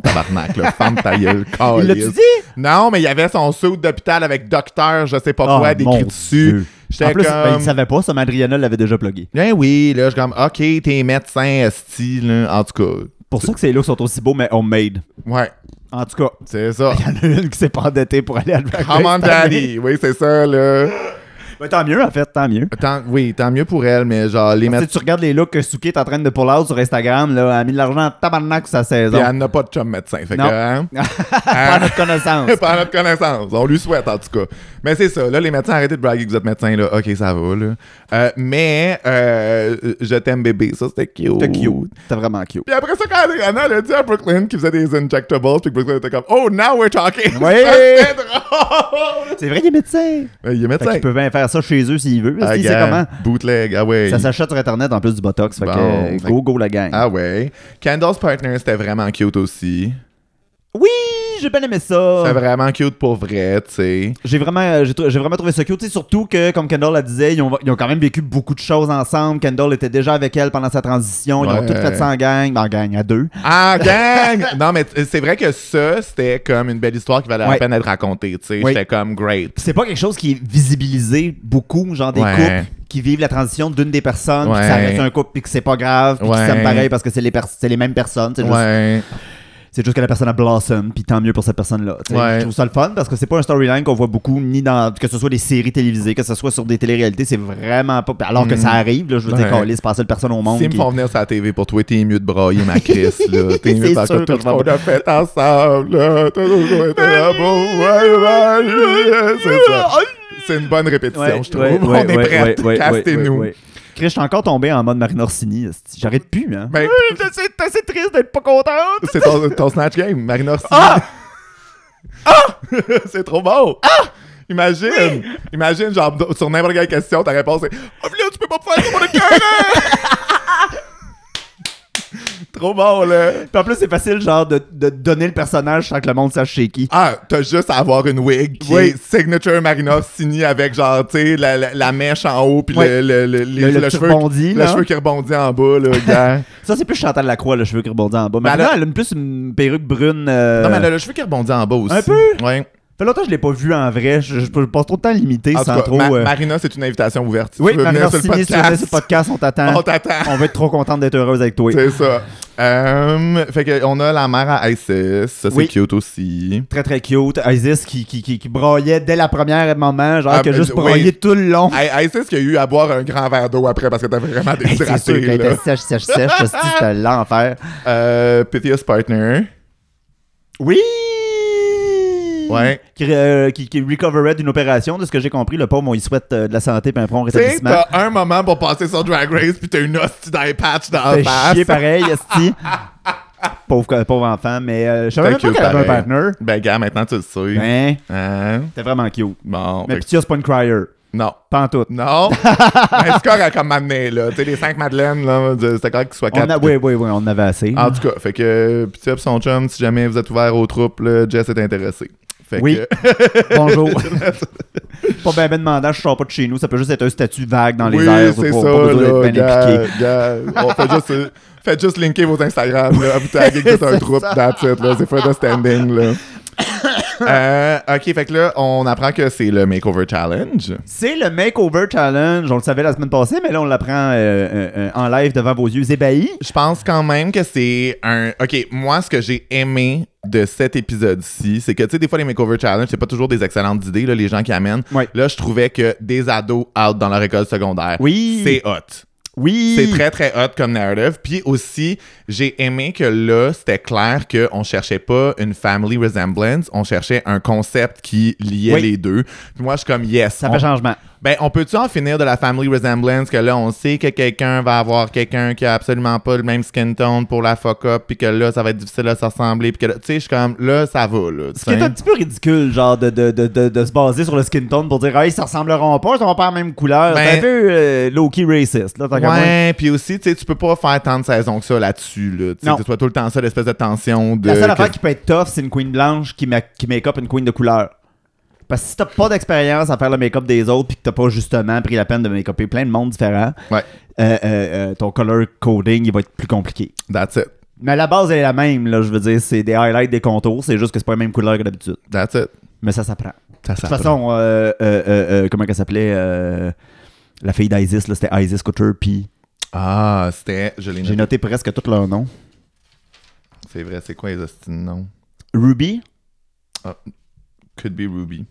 B: tabarnak, là, ferme ta gueule,
A: Il
B: câlisse.
A: l'a-tu dit?
B: Non, mais il y avait son saut d'hôpital avec docteur, je sais pas
A: Oh,
B: quoi,
A: mon
B: décrit dessus.
A: Dieu.
B: J'étais
A: en plus, ben,
B: comme-
A: il savait pas, ça, Adriana l'avait déjà plugué.
B: Ben oui, là, je suis comme, ok, t'es médecin, esti, là, en tout cas.
A: Pour ça que ces looks sont aussi beaux, mais homemade.
B: Ouais,
A: En tout cas,
B: c'est ça.
A: il y en a une qui s'est pas endettée pour aller à Drag Race.
B: Come on,
A: cette année.
B: daddy. Oui, c'est ça, là.
A: Ben, tant mieux, en fait, tant mieux.
B: Tant- oui, tant mieux pour elle, mais genre, les
A: Tu sais,
B: médecins.
A: tu regardes les looks que Suki est en train de pull out sur Instagram, là, elle a mis de l'argent en tabarnak sur sa
B: Puis
A: saison.
B: elle n'a pas de chum médecin. Fait que,
A: Non.
B: hein,
A: Pas à notre connaissance.
B: pas à notre connaissance. On lui souhaite, en tout cas. Mais c'est ça. Là, les médecins, arrêtez de braguer que vous êtes médecin, là. OK, ça va, là. Euh, mais, euh, je t'aime, bébé. Ça, c'était cute.
A: C'était cute. C'était vraiment cute.
B: Puis après ça, quand Adriana elle a dit à Brooklyn qu'il faisait des injectables, puis que Brooklyn était comme, oh, now we're talking.
A: Oui.
B: C'était drôle.
A: C'est vrai, il est médecin.
B: Mais Il est
A: Fait
B: médecin.
A: qu'il peut bien faire ça chez eux s'il veut. parce
B: Ah,
A: qu'il sait
B: gars,
A: comment.
B: Bootleg. Ah ouais.
A: Ça s'achète sur Internet en plus du Botox. Fait
B: Bon,
A: que euh,
B: fait-
A: go, go la gang.
B: Ah ouais. Candle's Partner, c'était vraiment cute aussi.
A: Oui, j'ai bien aimé ça.
B: C'était vraiment cute pour vrai, tu sais.
A: J'ai vraiment, euh, j'ai, trou- j'ai vraiment trouvé ça cute. Tu sais, surtout que, comme Kendall la disait, ils ont, ils ont quand même vécu beaucoup de choses ensemble. Kendall était déjà avec elle pendant sa transition. Ils ont
B: Ouais.
A: tout fait ça en gang. Ben, en gang, à deux.
B: Ah, gang! non, mais t- c'est vrai que ça, c'était comme une belle histoire qui valait la
A: Ouais.
B: peine d'être racontée, tu sais.
A: Oui.
B: J'étais comme great.
A: Puis c'est pas quelque chose qui est visibilisé beaucoup, genre des
B: Ouais.
A: couples qui vivent la transition d'une des personnes, puis que ça
B: Ouais.
A: reste un couple, puis que c'est pas grave, puis
B: Ouais.
A: qu'ils s'aiment pareil parce que c'est les, pers- c'est les mêmes personnes. C'est, juste,
B: Ouais.
A: c'est juste que la personne a blossom, puis tant mieux pour cette personne-là. tu sais.
B: Ouais.
A: Je trouve ça le fun parce que c'est pas un storyline qu'on voit beaucoup, ni dans que ce soit des séries télévisées, que ce soit sur des téléréalités, c'est vraiment pas. Alors que
B: Mm.
A: ça arrive, là, je veux
B: Ouais.
A: dire, qu'on laisse passer le personne au monde.
B: S'ils me
A: qui-
B: font venir sur la TV pour toi, t'es mieux de brailler ma Chris, là. T'es mieux
A: C'est
B: parce que
A: sûr
B: tout
A: que je
B: ce
A: vais-
B: qu'on a fait ensemble, là. T'as toujours été là pour moi, ouais, ouais,
A: Euh,
B: C'est ça. C'est une bonne répétition,
A: Ouais,
B: je trouve.
A: ouais,
B: On
A: ouais,
B: est
A: ouais,
B: prêts.
A: ouais, ouais,
B: Castez-nous.
A: ouais, ouais. Chris, je suis encore tombé en mode Marine Orsini. esti. J'arrête plus, hein.
B: Ben,
A: c'est assez triste d'être pas contente.
B: c'est ton, ton Snatch Game, Marina Orsini.
A: Ah!
B: c'est trop beau! Ah! Imagine! Imagine, genre, d- sur n'importe quelle question, ta réponse est Oh, là, tu peux pas me faire ça, mon écoeurant! Trop bon, là!
A: Puis en plus, c'est facile, genre, de, de donner le personnage sans que le monde sache chez qui.
B: Ah, t'as juste à avoir une wig qui
A: Oui.
B: est signature Marina signée avec genre, tu sais, la, la, la mèche en haut puis
A: Oui.
B: le, le, le, les-
A: Le- le petit
B: cheveu,
A: rebondi, hein.
B: le
A: là.
B: cheveu qui rebondit en bas, là, gars.
A: Ça, c'est plus Chantal Lacroix, le cheveu qui rebondit en bas.
B: Ben,
A: Mais là,
B: elle a-
A: elle a une- plus une perruque brune. euh,
B: Non, mais elle a le cheveu qui rebondit en bas aussi.
A: Un peu?
B: Ouais.
A: fait longtemps que je l'ai pas vu en vrai. Je, je- je passe trop de temps limité
B: En tout
A: sans
B: cas,
A: trop.
B: Ma-
A: euh,
B: Marina, c'est une invitation ouverte. Si
A: Oui,
B: tu veux
A: Marine
B: venir sur le
A: Orsini, si tu venais sur le podcast,
B: podcast,
A: on t'attend.
B: on t'attend.
A: On va être trop contente d'être heureuse avec toi.
B: C'est ça. Euh, fait que on a la mère à Isis, ça c'est
A: Oui.
B: cute aussi.
A: Très très cute. Isis qui, qui, qui, qui braillait dès la première moment, genre
B: Ah,
A: qui a
B: ben,
A: juste
B: oui.
A: braillé tout le long.
B: I- Isis qui a eu à boire un grand verre d'eau après parce que t'avais vraiment
A: Hey, C'est sûr
B: déshydraté.
A: qu'elle
B: là.
A: était sèche, sèche, sèche. Je me suis dit, C'était l'enfer.
B: Euh, Pythias Partner.
A: Oui!
B: Ouais.
A: Qui, euh, qui, qui recoverait d'une opération, de ce que j'ai compris. Le pauvre, on lui souhaite euh, de la santé et un prompt
B: Tu sais,
A: rétablissement.
B: t'as un moment pour passer sur Drag Race pis t'as une hostie d'eye patch dans la
A: Fait
B: face.
A: chier pareil, esti. pauvre, pauvre enfant, mais euh, je savais même
B: Thank
A: pas
B: you,
A: qu'elle avait un
B: pareil.
A: partner.
B: Ben, gars, maintenant tu le sais.
A: Hein?
B: Hein?
A: C'était vraiment cute.
B: Bon,
A: Mais
B: fait que-
A: Pythia, c'est pas une crier.
B: non.
A: Pas en tout.
B: Non. ben, c'est correct comme m'amener, là. Tu sais, les 5 Madeleines, là, de- c'était correct qu'ils soient
A: On
B: 4.
A: a, oui, oui, oui, on en avait assez.
B: En tout cas, fait que, pis tu son chum, si jamais vous êtes ouvert aux troupes, là, Jess est intéressé. Fait
A: Oui.
B: que-
A: Bonjour. pas bien ben demandant, je sors pas de chez nous. Ça peut juste être un statut vague dans les
B: oui,
A: airs.
B: c'est
A: pour,
B: ça,
A: pas besoin
B: là.
A: d'être bien impliqué.
B: gars, gars, on fait juste, euh, faites juste linker vos Instagram, là. Vous taguez que c'est un
A: c'est
B: troupe,
A: ça.
B: that's it, là. C'est for the standing, là. Euh, ok, fait que là, on apprend que c'est le Makeover Challenge.
A: C'est le Makeover Challenge. On le savait la semaine passée, mais là, on l'apprend euh, euh, euh, en live devant vos yeux ébahis.
B: Je pense quand même que c'est un. Ok, moi, ce que j'ai aimé de cet épisode-ci, c'est que, tu sais, des fois, les Makeover Challenge, c'est pas toujours des excellentes idées, là, les gens qui amènent.
A: Ouais.
B: Là, je trouvais que des ados out dans leur école secondaire,
A: Oui.
B: c'est hot.
A: Oui.
B: C'est très, très hot comme narrative. Puis aussi, j'ai aimé que là, c'était clair qu'on cherchait pas une family resemblance, on cherchait un concept qui liait
A: Oui.
B: les deux. Puis moi, je suis comme, yes.
A: Ça
B: on-
A: fait changement.
B: ben, on peut-tu en finir de la family resemblance que là, on sait que quelqu'un va avoir quelqu'un qui a absolument pas le même skin tone pour la fuck-up, puis que là, ça va être difficile de se ressembler, puis que là, tu sais, je suis comme, là, ça va, là.
A: Ce qui est un petit peu ridicule, genre, de, de, de, de, de se baser sur le skin tone pour dire, ah, ils se ressembleront pas, ils sont pas la même couleur.
B: Ben-
A: C'est un peu euh, low-key racist, là, tant qu'à moi.
B: Ouais, puis aussi, tu sais, tu peux pas faire tant de saisons que ça là-dessus, là. Tu sais,
A: Non.
B: que ce soit tout le temps ça, l'espèce de tension de.
A: La seule
B: que-
A: affaire qui peut être tough, c'est une queen blanche qui, ma- qui make-up une queen de couleur. Parce que si t'as pas d'expérience à faire le make-up des autres puis que t'as pas justement pris la peine de make-upper plein de monde différent,
B: Ouais.
A: euh, euh, euh, ton color coding, il va être plus compliqué.
B: That's it.
A: Mais la base, elle est la même, là, je veux dire. C'est des highlights, des contours, c'est juste que c'est pas la même couleur que d'habitude.
B: That's it.
A: Mais ça s'apprend.
B: Ça
A: De toute
B: s'apprend.
A: façon, euh, euh, euh, euh, comment qu'elle s'appelait euh, La fille d'Isis, là, c'était Isis Couture, puis
B: Ah, c'était. Je l'ai
A: j'ai
B: noté.
A: noté presque tout leur nom.
B: C'est vrai, c'est quoi les hosties de noms?
A: Ruby
B: Could be Ruby.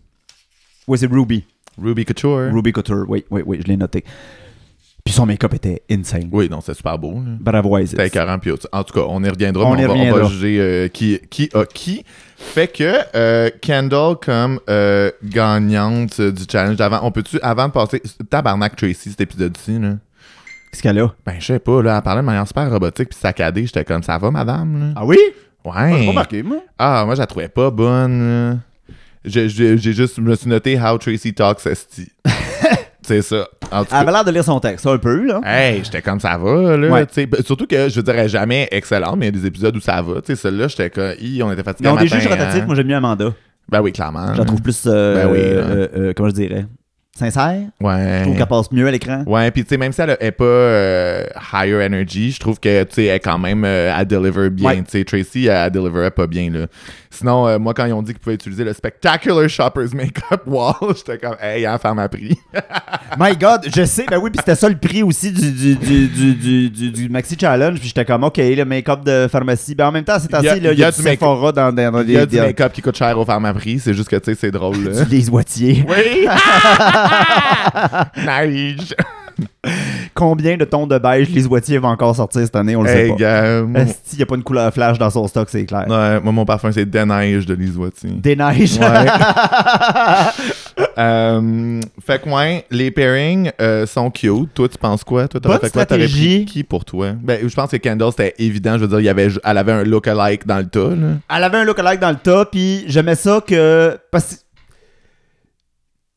A: Oui, c'est Ruby.
B: Ruby Couture.
A: Ruby Couture, oui, oui, oui, je l'ai noté. Puis son make-up était insane.
B: Oui, non, c'est super beau. là.
A: Bravo, Isis.
B: C'était écœurant, puis En tout cas, on y reviendra.
A: On
B: mais
A: y
B: va- On va
A: reviendra.
B: juger euh, qui, qui a qui. Fait que euh, Kendall comme euh, gagnante du challenge d'avant. On peut-tu, avant de passer. Tabarnak Tracy, cet épisode-ci, là.
A: Qu'est-ce qu'elle a
B: Ben, je sais pas, là. Elle parlait de manière super robotique puis saccadée. J'étais comme, ça va, madame, là?
A: Ah oui J'ai
B: Ouais.
A: pas marqué, moi.
B: Ah, moi, je la trouvais pas bonne. là. Je- je- J'ai juste, je me suis noté How Tracy Talks ST. c'est ça. En
A: Elle
B: tout cas.
A: avait l'air de lire son texte, un peu, là.
B: Hey, j'étais comme ça va, là.
A: Ouais.
B: tu sais. Ben, Surtout que je dirais jamais excellent, mais il y a des épisodes où ça va. Tu sais, celle-là, j'étais comme, Hi, on était fatigué.
A: Non,
B: le
A: des
B: matin,
A: juges rotatifs,
B: hein.
A: moi, j'aime mieux Amanda.
B: Ben oui, clairement.
A: Je la trouve plus, euh,
B: Ben oui,
A: euh,
B: hein.
A: euh, euh, comment je dirais, sincère. Je trouve
B: Ouais.
A: qu'elle passe mieux à l'écran.
B: Ouais, puis tu sais, même si elle est pas euh, higher energy, je trouve que tu sais, elle est quand même, euh, elle deliver bien.
A: Ouais.
B: Tu sais, Tracy, elle, elle deliverait pas bien, là. Sinon, euh, moi, quand ils ont dit qu'ils pouvaient utiliser le Spectacular Shoppers Makeup Wall, j'étais comme, hey, hein, faire ma prix.
A: My God, je sais, ben oui, puis c'était ça le prix aussi du, du, du, du, du, du- du Maxi Challenge, puis j'étais comme, ok, le make-up de pharmacie. Ben en même temps, c'est
B: Il y a-
A: assez, là, il y a du
B: make-
A: Sephora dans, dans, dans
B: Il y a
A: les-
B: du make-up hein. qui coûte cher au faire ma prix, c'est juste que, tu sais, c'est drôle, là.
A: du Lise Wattier.
B: Oui! nice!
A: Combien de tons de beige Lise Wattier va encore sortir cette année, on le sait
B: Hey,
A: pas.
B: gars, mon-
A: Esti, il n'y a pas une couleur flash dans son stock, c'est clair.
B: Ouais, moi, mon parfum, c'est Deneige de Lise Wattier.
A: Des neiges.
B: Ouais. Euh, fait que, ouais, les pairings euh, sont cute. Toi, tu penses quoi? Toi, t'aurais
A: Bonne
B: fait quoi? T'aurais
A: stratégie.
B: pris qui pour toi? Ben, je pense que Kendall, c'était évident. Je veux dire, il y avait, elle avait un look-alike dans le tas, là.
A: Elle avait un look-alike dans le tas, puis j'aimais ça que. Parce que.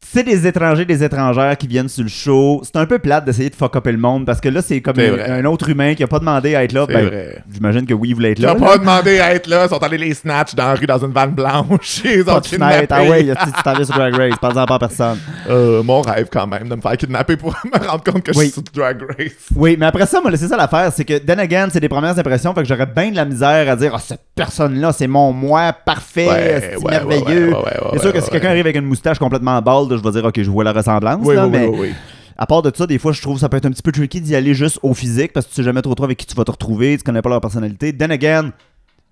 A: C'est des étrangers, des étrangères qui viennent sur le show. C'est un peu plate d'essayer de fuck up le monde parce que là, c'est comme
B: C'est
A: un,
B: vrai.
A: un autre humain qui a pas demandé à être là.
B: C'est
A: Ben,
B: vrai.
A: J'imagine que oui, il voulait être
B: Ils
A: là.
B: n'ont
A: là.
B: pas demandé à être là. Ils sont allés les snatch dans la rue dans une vanne blanche. Ils ont
A: Pas de fenêtre. Ah
B: kidnappé.
A: ouais, il y a tu t'en vas sur Drag Race, parle-en pas à personne.
B: Euh, mon rêve, quand même, de me faire kidnapper pour me rendre compte que je
A: Oui.
B: suis sur Drag Race.
A: Oui, mais après ça, moi, c'est ça l'affaire, c'est que Dan again, c'est des premières impressions, fait que j'aurais bien de la misère à dire, ah, cette personne-là, c'est mon moi parfait,
B: Ouais,
A: c'est
B: ouais,
A: merveilleux.
B: ouais, ouais, ouais, ouais,
A: c'est sûr que
B: ouais,
A: si
B: ouais.
A: quelqu'un arrive avec une moustache complètement balde, je vais dire, ok, je vois la ressemblance,
B: Oui,
A: là,
B: oui,
A: mais
B: oui, ben, oui,
A: à part de ça, des fois, je trouve que ça peut être un petit peu tricky d'y aller juste au physique parce que tu sais jamais trop trop avec qui tu vas te retrouver, tu connais pas leur personnalité. Then again,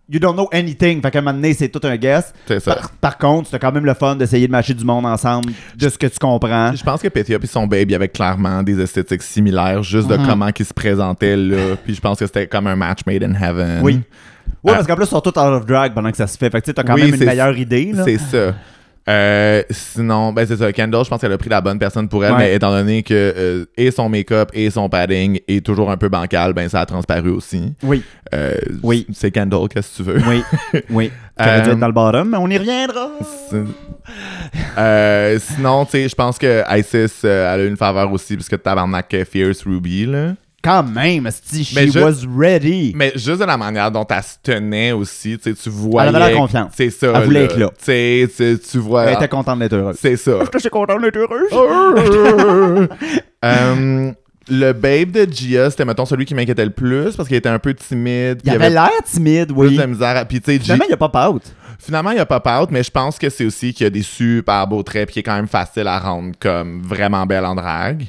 A: you don't know anything, fait qu'à un moment donné, c'est tout un guess.
B: C'est ça.
A: Par, par contre, c'était quand même le fun d'essayer de matcher du monde ensemble, de ce que tu comprends.
B: Je pense que Petia et son baby avaient clairement des esthétiques similaires, juste
A: Mhm.
B: de comment ils se présentaient là. Puis je pense que c'était comme un match made in heaven.
A: Oui. Ouais,
B: Ah.
A: parce qu'en plus, ils sont tous out of drag pendant que ça se fait. Fait que tu sais, t'as quand
B: Oui,
A: même une
B: c'est-
A: meilleure idée. Là.
B: C'est ça. Euh, sinon, ben c'est ça. Kendall, je pense qu'elle a pris la bonne personne pour elle,
A: Ouais.
B: mais étant donné que euh, et son make-up et son padding est toujours un peu bancal, ben ça a transparu aussi.
A: Oui,
B: Euh,
A: Oui.
B: C'est Kendall, qu'est-ce que tu veux?
A: oui, oui. Ça aurait dû
B: Euh,
A: être dans le bottom, mais on y reviendra.
B: Euh, sinon, tu sais, je pense que Isis, euh, elle a eu une faveur aussi, parce que tabarnak euh, Fierce Ruby, là.
A: Quand même, si she
B: Mais je-
A: was ready.
B: Mais juste de la manière dont elle se tenait aussi, tu sais, tu voyais...
A: Elle avait la confiance.
B: C'est ça.
A: Elle voulait être là.
B: Tu sais, tu- tu vois...
A: Elle était contente d'être heureuse.
B: C'est ça.
A: Je suis content d'être heureuse.
B: Euh, le babe de Gia, c'était, mettons, celui qui m'inquiétait le plus, parce qu'il était un peu timide.
A: Il
B: puis
A: avait l'air timide,
B: plus
A: oui.
B: de misère. à- Puis, tu sais, Gia-
A: Jamais il a pas out.
B: Finalement, il a pop out, mais je pense que c'est aussi qu'il y a des super beaux traits, puis il est quand même facile à rendre comme vraiment belle en drague.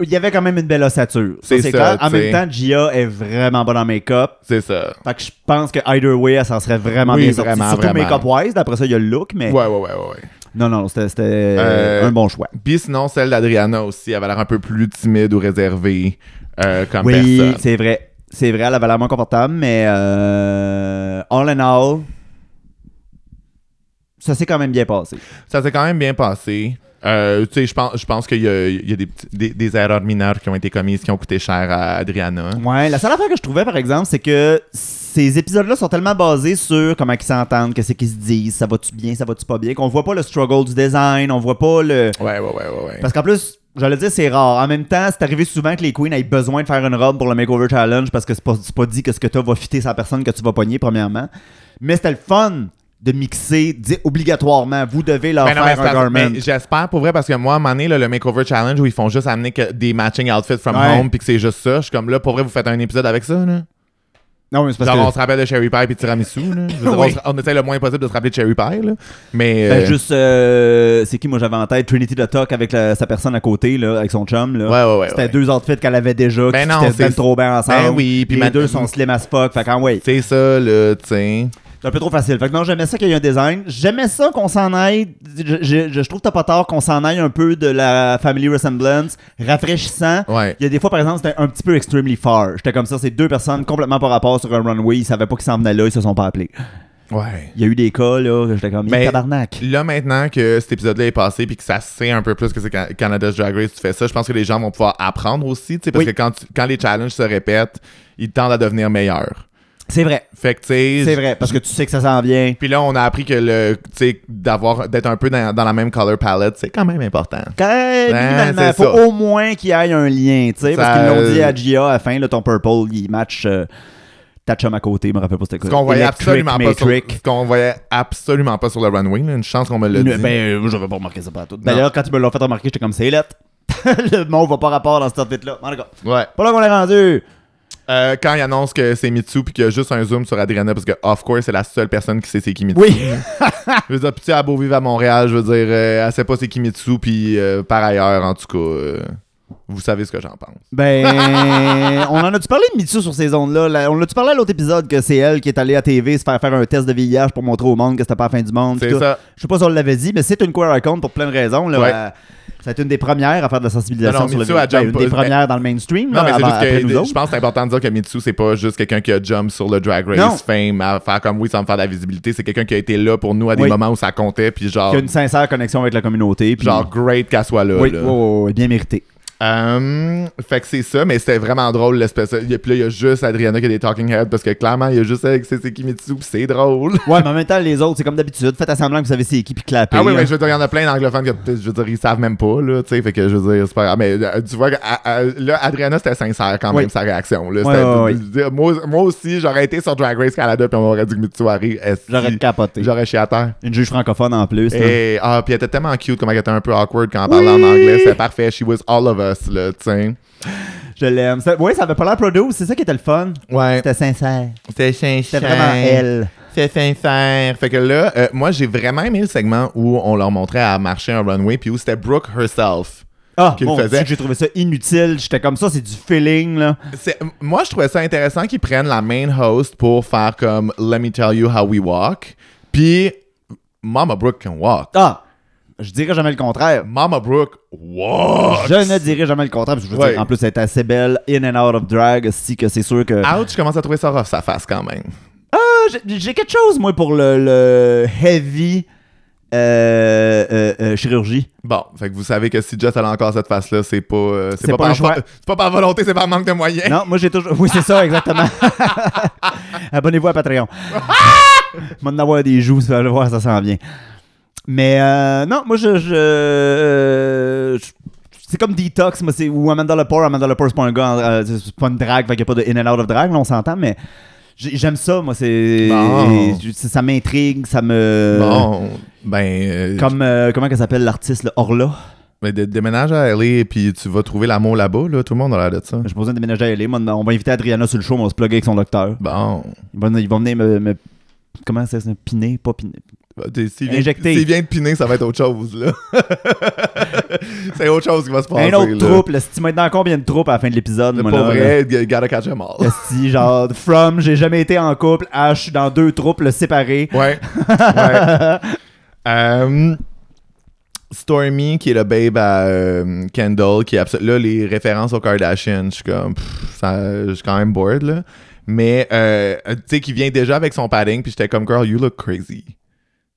A: Il y avait quand même une belle ossature. Ça,
B: C'est
A: c'est
B: ça,
A: clair. En
B: t'sais.
A: même temps, Gia est vraiment bonne en make-up.
B: C'est ça.
A: Fait que je pense que either way, elle s'en serait vraiment
B: Oui,
A: bien sortie.
B: vraiment,
A: Surtout
B: vraiment.
A: make-up wise. D'après ça, il y a le look, mais
B: Ouais, ouais, ouais, ouais. ouais.
A: non, non, c'était c'était,
B: Euh,
A: un bon choix.
B: Puis sinon, celle d'Adriana aussi, elle avait l'air un peu plus timide ou réservée euh, comme
A: Oui,
B: personne.
A: c'est vrai. C'est vrai, elle avait l'air moins confortable, mais euh, all in all, ça s'est quand même bien passé.
B: Ça s'est quand même bien passé. Euh, tu sais, je pense, je pense qu'il y a, il y a des, petits- des, des erreurs mineures qui ont été commises, qui ont coûté cher à Adriana.
A: Ouais, la seule affaire que je trouvais, par exemple, c'est que ces épisodes-là sont tellement basés sur comment ils s'entendent, que c'est qu'ils se disent, ça va-tu bien, ça va-tu pas bien, qu'on voit pas le struggle du design, on voit pas le...
B: Ouais, ouais, ouais, ouais. ouais.
A: Parce qu'en plus, j'allais dire, c'est rare. En même temps, c'est arrivé souvent que les queens aient besoin de faire une robe pour le makeover challenge parce que c'est pas, c'est pas dit que ce que t'as va fitter sa personne que tu vas pogner, premièrement. Mais c'était le fun de mixer di- obligatoirement. Vous devez leur
B: Mais Ben non, mais
A: faire
B: c'est
A: un
B: parce-
A: garment.
B: mais J'espère pour vrai parce que moi, à un moment donné, là, le makeover challenge où ils font juste amener que des matching outfits from
A: Ouais.
B: home puis que c'est juste ça. Je suis comme là, pour vrai, vous faites un épisode avec ça. Là.
A: Non, mais c'est parce
B: Genre,
A: que-
B: on se rappelle de Cherry Pie puis Tiramisu. Là. Je veux dire,
A: Oui.
B: on, se- on essaie le moins possible de se rappeler de Cherry Pie. Là. Mais
A: Ben,
B: euh,
A: juste, euh, c'est qui, moi, j'avais en tête Trinity the Talk avec la- sa personne à côté, là, avec son chum. Là.
B: ouais, euh, ouais, ouais.
A: C'était
B: ouais.
A: deux outfits qu'elle avait déjà, qui
B: Ben non,
A: étaient
B: c'est-
A: ben trop bien ensemble.
B: Ben oui, puis
A: les
B: ma-
A: deux sont slim as fuck. Fait qu'en ouais,
B: C'est ça, là, tu sais.
A: c'est un peu trop facile. Fait que non, j'aimais ça qu'il y ait un design. J'aimais ça qu'on s'en aille. Je, je- je trouve que t'as pas tort qu'on s'en aille un peu de la family resemblance, rafraîchissant.
B: Ouais.
A: Il y a des fois, par exemple, c'était un petit peu extremely far. J'étais comme ça, c'est deux personnes complètement par rapport sur un runway. Ils savaient pas qu'ils s'en venaient là, ils se sont pas appelés.
B: Ouais.
A: Il y a eu des cas, là, que j'étais comme,
B: Mais-
A: mais tabarnak.
B: Là, maintenant que cet épisode-là est passé puis que ça sait un peu plus que c'est Can- Canada's Drag Race, tu fais ça, je pense que les gens vont pouvoir apprendre aussi, tu sais, parce
A: Oui.
B: que quand, tu- quand les challenges se répètent, ils tendent à devenir meilleurs.
A: C'est vrai.
B: Fait que, tu sais,
A: C'est vrai, parce que tu sais que ça s'en vient.
B: Puis là, on a appris que le, tu sais, d'avoir, d'être un peu dans, dans la même color palette, c'est quand même important.
A: Quand minimalement,
B: c'est
A: faut
B: ça.
A: au moins qu'il y ait un lien, tu sais, parce
B: Ça,
A: qu'ils l'ont dit
B: euh,
A: à Gia à la fin, là, ton purple, il match euh, ta chum à côté, je me rappelle pas c'était quoi.
B: Ce qu'on voyait
A: Electric
B: absolument pas sur,
A: Matrix.
B: ce qu'on voyait absolument pas sur le runway, là. une chance qu'on me l'a
A: Une-
B: dit.
A: Ben, euh, j'avais pas remarqué ça pas tout. D'ailleurs, Ben, quand ils me l'ont fait remarquer, j'étais comme, c'est lettre. le monde va pas rapport dans cet outfit-là. En tout cas,
B: ouais.
A: pas là qu'on est rendu.
B: Euh, quand ils annoncent que c'est Mitsu puis qu'il y a juste un zoom sur Adriana parce que of course c'est la seule personne qui sait c'est qui Mitsu.
A: Oui.
B: Je veux dire, puis tu sais, à Beauvivre à Montréal, je veux dire, euh, elle sait pas c'est qui Mitsu puis euh, par ailleurs en tout cas, euh, vous savez ce que j'en pense.
A: ben, on en a-tu parlé de Mitsu sur ces ondes-là? La- On l'a-tu parlé à l'autre épisode que c'est elle qui est allée à TV se faire faire un test de VIH pour montrer au monde que c'était pas la fin du monde? pis
B: C'est
A: tout?
B: ça.
A: Je sais pas si on l'avait dit, mais c'est une queer icon pour plein de raisons. Là,
B: Ouais.
A: Euh, ça a été une des premières à faire de la sensibilisation
B: Non, non,
A: sur le
B: Mitsu, elle
A: VIH. Ben,
B: jump
A: une des
B: pas-
A: premières dans le mainstream.
B: Non,
A: là,
B: mais c'est
A: avant-
B: juste
A: après
B: que
A: nous
B: je
A: autres.
B: pense que c'est important de dire que Mitsu, c'est pas juste quelqu'un qui a jump sur le Drag Race
A: Non.
B: fame à faire comme oui, ça me faire de la visibilité. C'est quelqu'un qui a été là pour nous à des
A: Oui.
B: moments où ça comptait, puis genre,
A: Qui a une sincère connexion avec la communauté. puis-
B: genre great qu'elle soit là.
A: oui,
B: là.
A: oui, oui, oui, bien mérité.
B: Hum, fait que c'est ça, mais c'était vraiment drôle l'espèce. il y a- Puis là, il y a juste Adriana qui a des talking heads parce que clairement, il y a juste avec c'est c'est qui Mitsu, puis c'est drôle.
A: Ouais, mais en même temps, les autres, c'est comme d'habitude. Faites à semblant que vous savez c'est qui, puis clapez.
B: Ah oui,
A: là.
B: mais je veux dire, il y en a plein d'anglophones que je veux dire, ils savent même pas, là, tu sais, fait que je veux dire, c'est pas grave. Mais euh, tu vois, que, à- à- là, Adriana, c'était sincère quand même,
A: Oui.
B: sa réaction, là.
A: Ouais,
B: C'était-
A: ouais, ouais.
B: je veux dire, Moi, moi aussi, j'aurais été sur Drag Race Canada, puis on m'aurait dit que Mitsu arrive. est-ce
A: J'aurais
B: que-
A: capoté.
B: J'aurais chié à terre.
A: Une juge francophone en plus. là.
B: Et, ah, puis elle était tellement cute, comment elle était un peu awkward quand elle
A: Oui.
B: parlait en anglais. C'était parfait. She was all of us, là, tu sais.
A: Je l'aime. C'était- Oui, ça avait pas l'air produce, c'est ça qui était le fun.
B: Ouais.
A: C'était sincère.
B: C'était chien
A: C'était vraiment elle.
B: C'est sincère. Fait que là, euh, moi, j'ai vraiment aimé le segment où on leur montrait à marcher un runway, puis où c'était Brooke herself.
A: Ah,
B: Qu'il
A: mon
B: faisait.
A: Dieu, j'ai trouvé ça inutile. J'étais comme ça, c'est du feeling, là.
B: C'est- moi, je trouvais ça intéressant qu'ils prennent la main host pour faire comme Let me tell you how we walk. Puis Mama Brooke can walk.
A: Ah, je dirais jamais le contraire.
B: Mama Brooke walk.
A: Je ne dirai jamais le contraire, parce que je veux
B: Ouais.
A: dire, en plus, elle est assez belle, in and out of drag, si que c'est sûr que...
B: Ouch, je commence à trouver ça rough, sa face quand même.
A: Ah, j'ai- j'ai quelque chose, moi, pour le, le heavy euh, euh, euh, chirurgie.
B: Bon, fait que vous savez que si Jess elle a encore cette face-là, c'est pas, euh, c'est
A: C'est
B: pas,
A: pas un
B: par,
A: choix.
B: c'est pas par volonté, c'est par manque de moyens.
A: Non, moi, j'ai toujours... Oui, c'est ça, exactement. Abonnez-vous à Patreon. M'en avoir des joues, ça va le voir, ça s'en vient. Mais euh, non, moi, je... je- euh, je- c'est comme Detox, moi, c'est, ou Amanda Lepore. Amanda Lepore, c'est pas un gars, en- euh, c'est c'est pas une drague, fait qu'il y a pas de in and out of drag, là, on s'entend, mais j'ai- j'aime ça, moi, c'est,
B: Bon.
A: c'est- ça m'intrigue, ça me...
B: Bon, ben, euh,
A: Euh, Comme, euh, comment qu'elle s'appelle l'artiste, le Orla?
B: Mais dé- déménage à LA puis tu vas trouver l'amour là-bas, là. Tout le monde a l'air de ça.
A: J'ai pas besoin de déménager à LA. Moi, on va inviter Adriana sur le show, mais on va se plugger avec son docteur.
B: Bon.
A: Ils vont, ils vont venir me, me- Comment ça s'appelle? Piner? Pas piner.
B: Bah, t'es- S'il vient,
A: Injecté.
B: s'il vient de piner, ça va être autre chose, là. c'est autre chose qui va se passer.
A: Un autre
B: là.
A: troupe. Là, si maintenant combien de troupes à la fin de l'épisode?
B: C'est
A: moi,
B: pas
A: là, là?
B: vrai, you gotta catch 'em all.
A: Esti, genre, from, j'ai jamais été en couple, à, je suis dans deux troupes, le séparé.
B: Ouais. ouais. Euh, Stormy, qui est le babe à euh, Kendall, qui est absolu- Là, les références aux Kardashian, je suis comme. pff, ça- Je suis quand même bored, là. Mais, euh, tu sais, qui vient déjà avec son padding, puis j'étais comme, girl, you look crazy.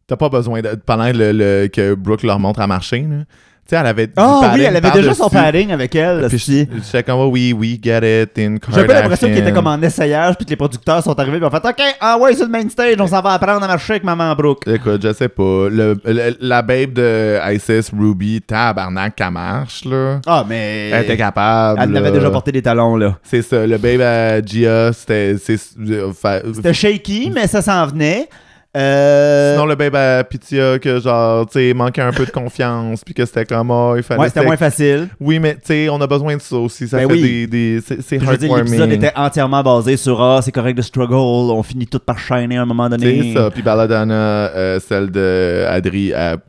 B: T'as pas besoin de. Pendant le, le- que Brooke leur montre à marcher, là. Tu sais, elle avait. du
A: Ah oui,
B: padding
A: elle avait déjà son
B: par-dessus.
A: padding avec elle.
B: Puis
A: esti.
B: je- j'étais comme, oh oui, oui, get it, in Kardashian.
A: J'avais pas l'impression qu'il était comme en essayage, puis que les producteurs sont arrivés, puis ont fait OK, ah ouais, sur le main stage, on s'en va apprendre à marcher avec Maman Brooke.
B: Écoute, je sais pas. Le- le- la babe de Isis, Ruby, tabarnak, qu'elle marche, là.
A: Ah, mais.
B: Elle était capable.
A: Elle en avait
B: là.
A: déjà porté des talons, là.
B: C'est ça. Le babe à Gia, c'était. c'est- euh, fa-
A: C'était shaky, mais ça s'en venait. Euh,
B: Sinon, le babe à Pitya, que genre, tu sais, il manquait un peu de confiance, puis que c'était comme, oh, il fallait.
A: ouais, c'était moins facile.
B: Oui, mais tu sais, on a besoin de ça aussi. Ça
A: Ben
B: fait
A: oui.
B: des. des c'est c'est
A: Puis Je veux dire,
B: heartwarming.
A: l'épisode était entièrement basé sur Ah, c'est correct de struggle, on finit tout par shiner à un moment donné.
B: C'est ça. Puis Balladana, euh, celle de Adri, elle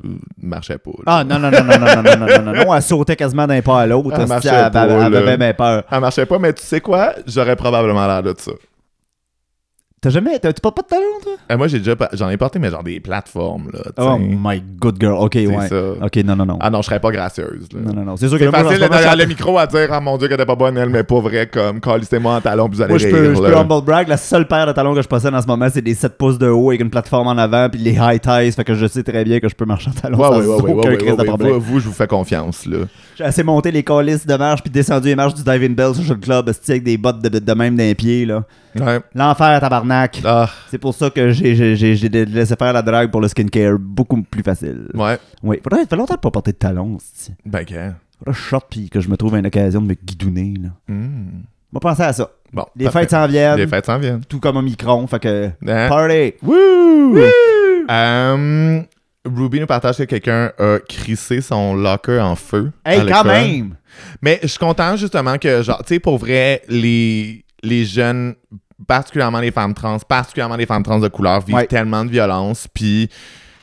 B: marchait pas. là.
A: Ah non, non, non, non, non, non, non, non, non, non, non, elle sautait quasiment d'un pas à l'autre.
B: Elle
A: hostie,
B: marchait
A: Elle avait-
B: pas,
A: elle avait
B: là.
A: bien, bien peur.
B: Elle marchait pas, mais tu sais quoi? J'aurais probablement l'air de ça.
A: T'as jamais. t'as- Tu portes pas de talons, toi
B: Euh, moi, j'ai déjà. pa- J'en ai porté, mais genre des plateformes, là. tu sais.
A: Oh my good girl. Ok,
B: C'est
A: ouais.
B: ça.
A: Ok, non, non, non.
B: Ah non, je serais pas gracieuse, là.
A: Non, non, non. C'est sûr que
B: C'est
A: moi, en
B: facile
A: ce
B: de
A: moment, je suis en-
B: derrière le micro à dire Ah mon dieu, qu'elle était pas bonne, elle, mais pas vrai, comme, calissez-moi en talon, puis vous allez
A: Moi, je peux,
B: rire,
A: je
B: là.
A: peux humble brag. La seule paire de talons que je possède en ce moment, c'est des 7 pouces de haut avec une plateforme en avant, puis les high ties. Fait que je sais très bien que je peux marcher en talons.
B: Ouais,
A: sans
B: ouais, ouais, ouais,
A: aucun
B: ouais,
A: crise
B: ouais,
A: de
B: ouais,
A: problème.
B: vous, vous, je vous fais confiance, là.
A: J'ai assez monté les colisses de marche, puis descendu les marches du diving bell sur le club, esti, avec des bottes de, de- de même d'un pied, là.
B: Ouais.
A: L'enfer, tabarnak.
B: Ah,
A: C'est pour ça que j'ai- j'ai j'ai- j'ai laissé faire la drague pour le skincare beaucoup plus facile.
B: ouais.
A: Oui. Faudrait, ça fait longtemps de pas porter de talons, esti.
B: Ben, quand?
A: Faudrait que je sorte, puis que je me trouve une occasion de me guidouner, là.
B: Hmm.
A: On va penser à ça.
B: Bon.
A: Les
B: parfait.
A: fêtes s'en viennent,
B: Les fêtes s'en viennent.
A: tout comme un micron, fait que...
B: Hein?
A: Party!
B: Woo! Euh, Ruby nous partage que quelqu'un a crissé son locker en feu. à
A: Hey, quand
B: l'école.
A: même!
B: Mais je suis content justement que, genre, tu sais, pour vrai, les, les jeunes, particulièrement les femmes trans, particulièrement les femmes trans de couleur, vivent
A: Ouais.
B: tellement de violence, puis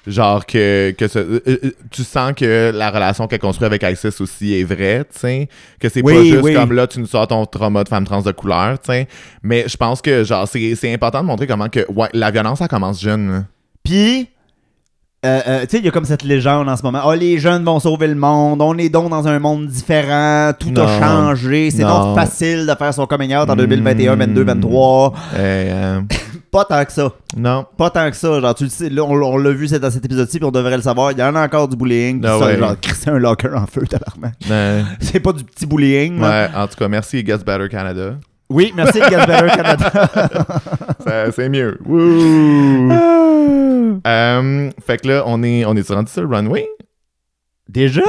B: genre que, que ce- euh, euh, tu sens que la relation qu'elle construit avec Isis aussi est vraie, tu sais, que c'est pas
A: Oui,
B: juste
A: oui.
B: comme là, tu nous sors ton trauma de femme trans de couleur, tu sais, mais je pense que, genre, c'est c'est important de montrer comment que, ouais, la violence, ça commence jeune, là.
A: Puis, euh, euh, tu sais, il y a comme cette légende en ce moment. Ah, les jeunes vont sauver le monde. On est donc dans un monde différent. Tout
B: Non.
A: a changé. C'est
B: Non.
A: donc facile de faire son coming out en
B: Mm.
A: 2021, 22, 23.
B: Euh, euh,
A: Pas tant que ça.
B: non.
A: Pas tant que ça. Genre, tu le sais, là, on, on l'a vu c'est dans cet épisode-ci, puis on devrait le savoir. Il y en a encore du bullying. Puis
B: Ah
A: ça,
B: ouais.
A: genre, crisser un locker en feu, tabarnak.
B: euh,
A: C'est pas du petit bullying. là.
B: ouais, en tout cas, merci, It Gets Better Canada.
A: Oui, merci, Get Better Canada.
B: Ça- C'est mieux. Wouh! Euh, fait que là, on est, on est rendu sur le runway.
A: Déjà?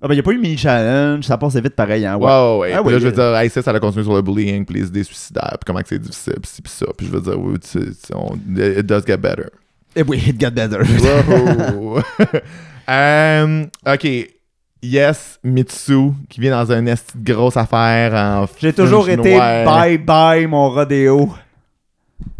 A: Ah, ben, il a pas eu de mini-challenge. Ça passe vite pareil, hein. Ouais.
B: Wow, ouais.
A: Ah
B: Puis
A: oui,
B: là, je veux
A: oui.
B: dire, Isis, elle a continué sur le bullying, puis les idées suicidaires, puis comment que c'est difficile, puis ci, puis ça. Puis je veux dire, oui, tu, tu- on- it does get better.
A: Eh oui, it got better.
B: Wow! Euh, ok. Yes, Mitsu, qui vient dans une esti de grosse affaire en
A: J'ai toujours
B: fringe
A: été
B: noire.
A: bye bye mon rodéo.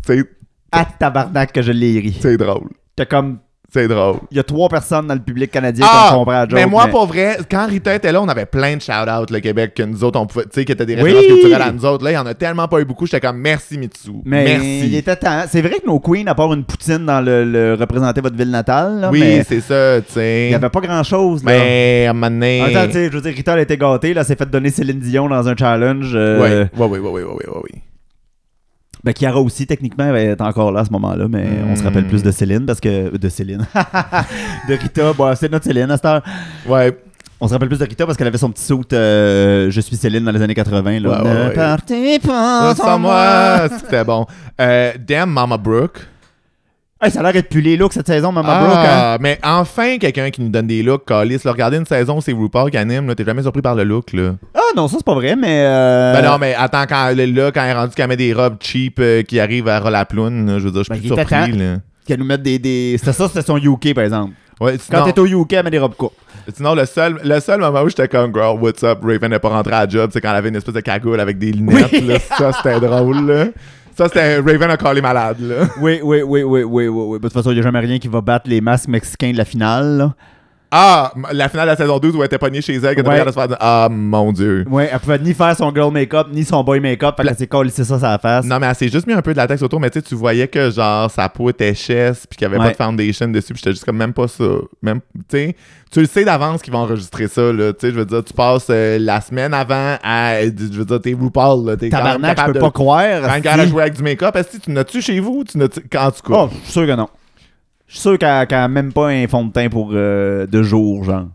B: C'est-
A: À tabarnak que je l'ai ri.
B: C'est drôle.
A: T'as comme.
B: C'est drôle.
A: Il y a trois personnes dans le public canadien qui me
B: Ah,
A: comprennent la joke.
B: mais moi, pour vrai, quand Rita était là, on avait plein de shout-outs, le Québec, que nous autres, on pouvait, tu sais, qui étaient des
A: Oui.
B: références culturelles à nous autres. Là, il y en a tellement pas eu beaucoup, j'étais comme merci Mitsu.
A: Mais
B: merci.
A: il était temps. C'est vrai que nos queens, à part une poutine dans le, le représenter votre ville natale, là,
B: oui,
A: mais
B: c'est ça, tu
A: il
B: sais.
A: n'y avait pas grand chose. Là.
B: Mais à un moment
A: En même temps, tu
B: donné.
A: sais, je veux dire, Rita, elle était gâtée, là, elle s'est fait donner Céline Dion dans un challenge. euh,
B: Ouais, ouais, ouais, ouais, ouais, ouais, ouais, ouais.
A: Ben, Kiara aussi, techniquement, elle est encore là à ce moment-là, mais
B: Mm.
A: on se rappelle plus de Céline parce que. De Céline. de Rita, bon, c'est notre Céline à cette heure.
B: Ouais.
A: On se rappelle plus de Rita parce qu'elle avait son petit saut Je suis Céline dans les années 80. Là.
B: Ouais, ouais,
A: ne
B: ouais.
A: partez pas
B: Ça,
A: sans
B: Sans
A: moi.
B: moi, c'était bon. Euh, damn, Mama Brooke.
A: Hey, ça a l'air d'être plus les looks cette saison, Mama
B: ah,
A: Brooke. hein?
B: Mais enfin, quelqu'un qui nous donne des looks, Calis. Là, regardez une saison, c'est RuPaul qui anime. là, T'es jamais surpris par le look, là.
A: Ah non, ça c'est pas vrai, mais. euh,
B: Ben non, mais attends, quand elle est là, quand elle est rendue qu'elle met des robes cheap euh, qui arrivent à la ploune, là, je veux dire, je suis
A: Ben,
B: plus
A: il était
B: surpris.
A: temps.
B: là.
A: Qu'elle nous mette des. des... C'était ça, c'était son UK par exemple.
B: Ouais,
A: Quand
B: sinon,
A: t'es au UK, elle met des robes courtes.
B: sinon, le, seul, le seul moment où j'étais comme, girl, what's up, Raven n'est pas rentrée à la job, c'est quand elle avait une espèce de cagoule avec des lunettes.
A: Oui.
B: là. ça, c'était drôle. Là. Ça, c'était Raven a callé malade. Là.
A: Oui, oui, oui, oui, oui, oui. oui. Ben, De toute façon, il n'y a jamais rien qui va battre les masques mexicains de la finale. là.
B: Ah, m- la finale de la saison 12 où elle était pognée chez elle, qu'elle
A: Ouais.
B: devait se faire dire, ah mon dieu.
A: Ouais, elle pouvait ni faire son girl make-up, ni son boy make-up, parce
B: La-
A: qu'elle s'est collée ça sur la face.
B: Non, mais elle s'est juste mis un peu de latex autour, mais tu sais, tu voyais que genre sa peau était chesse, puis qu'il n'y avait
A: Ouais.
B: pas de foundation dessus, puis j'étais juste comme même pas ça. Même, tu sais, tu le sais d'avance qu'ils vont enregistrer ça, là. Tu sais, je veux dire, tu passes euh, la semaine avant à. Je veux dire, t'es RuPaul, là. T'es quand même
A: Tabarnak, je
B: capable
A: peux
B: de-
A: pas croire.
B: Quand le gars
A: si.
B: a joué avec du make-up, est-ce que tu n'as-tu chez vous? Tu n'as-tu. Quand tu
A: Oh,
B: coupes.
A: je suis sûr que non. Je suis sûr qu'elle qu'elle a même pas un fond de teint pour euh, deux jours, genre.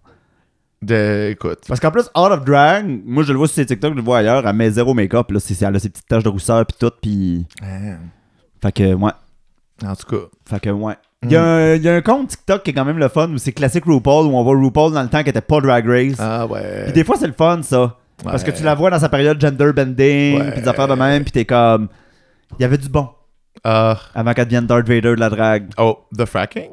B: De... Écoute.
A: Parce qu'en plus, out of drag, moi je le vois sur ses TikTok, je le vois ailleurs, elle met zéro make-up, là, c'est, c'est- elle a ses petites taches de rousseur puis tout, puis...
B: Ah,
A: Fait que, ouais.
B: En tout cas.
A: Fait que, ouais. Il y, a un- il y a un compte TikTok qui est quand même le fun, où c'est classique RuPaul, où on voit RuPaul dans le temps qui était pas Drag Race.
B: Ah ouais.
A: Puis des fois, c'est le fun, ça. Parce que tu la vois dans sa période gender bending,
B: Ouais.
A: puis des affaires de même, puis t'es comme... Il y avait du bon.
B: Euh,
A: Avant qu'elle devienne Darth Vader de la drague.
B: oh, the fracking?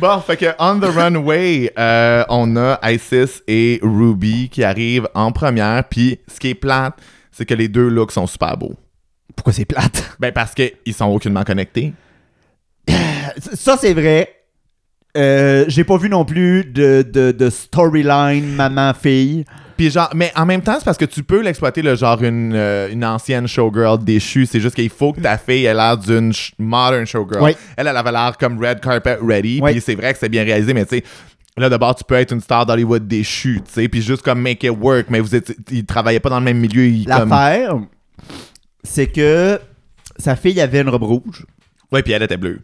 B: bon, fait que On the Runway, euh, on a Isis et Ruby qui arrivent en première. Puis ce qui est plate, c'est que les deux looks sont super beaux.
A: Pourquoi c'est plate?
B: Ben parce qu'ils sont aucunement connectés.
A: Ça, c'est vrai. Euh, J'ai pas vu non plus de, de, de storyline maman-fille.
B: Puis genre, mais en même temps, c'est parce que tu peux l'exploiter, le genre une, euh, une ancienne showgirl déchue. C'est juste qu'il faut que ta fille ait l'air d'une sh- modern showgirl.
A: Oui.
B: Elle, elle avait l'air comme red carpet ready.
A: Oui.
B: Puis c'est vrai que c'est bien réalisé, mais tu sais, là d'abord, tu peux être une star d'Hollywood déchue, tu sais, puis juste comme make it work. Mais vous êtes, ils travaillaient pas dans le même milieu. Ils, comme...
A: L'affaire, c'est que sa fille avait une robe rouge.
B: Ouais, puis elle était bleue.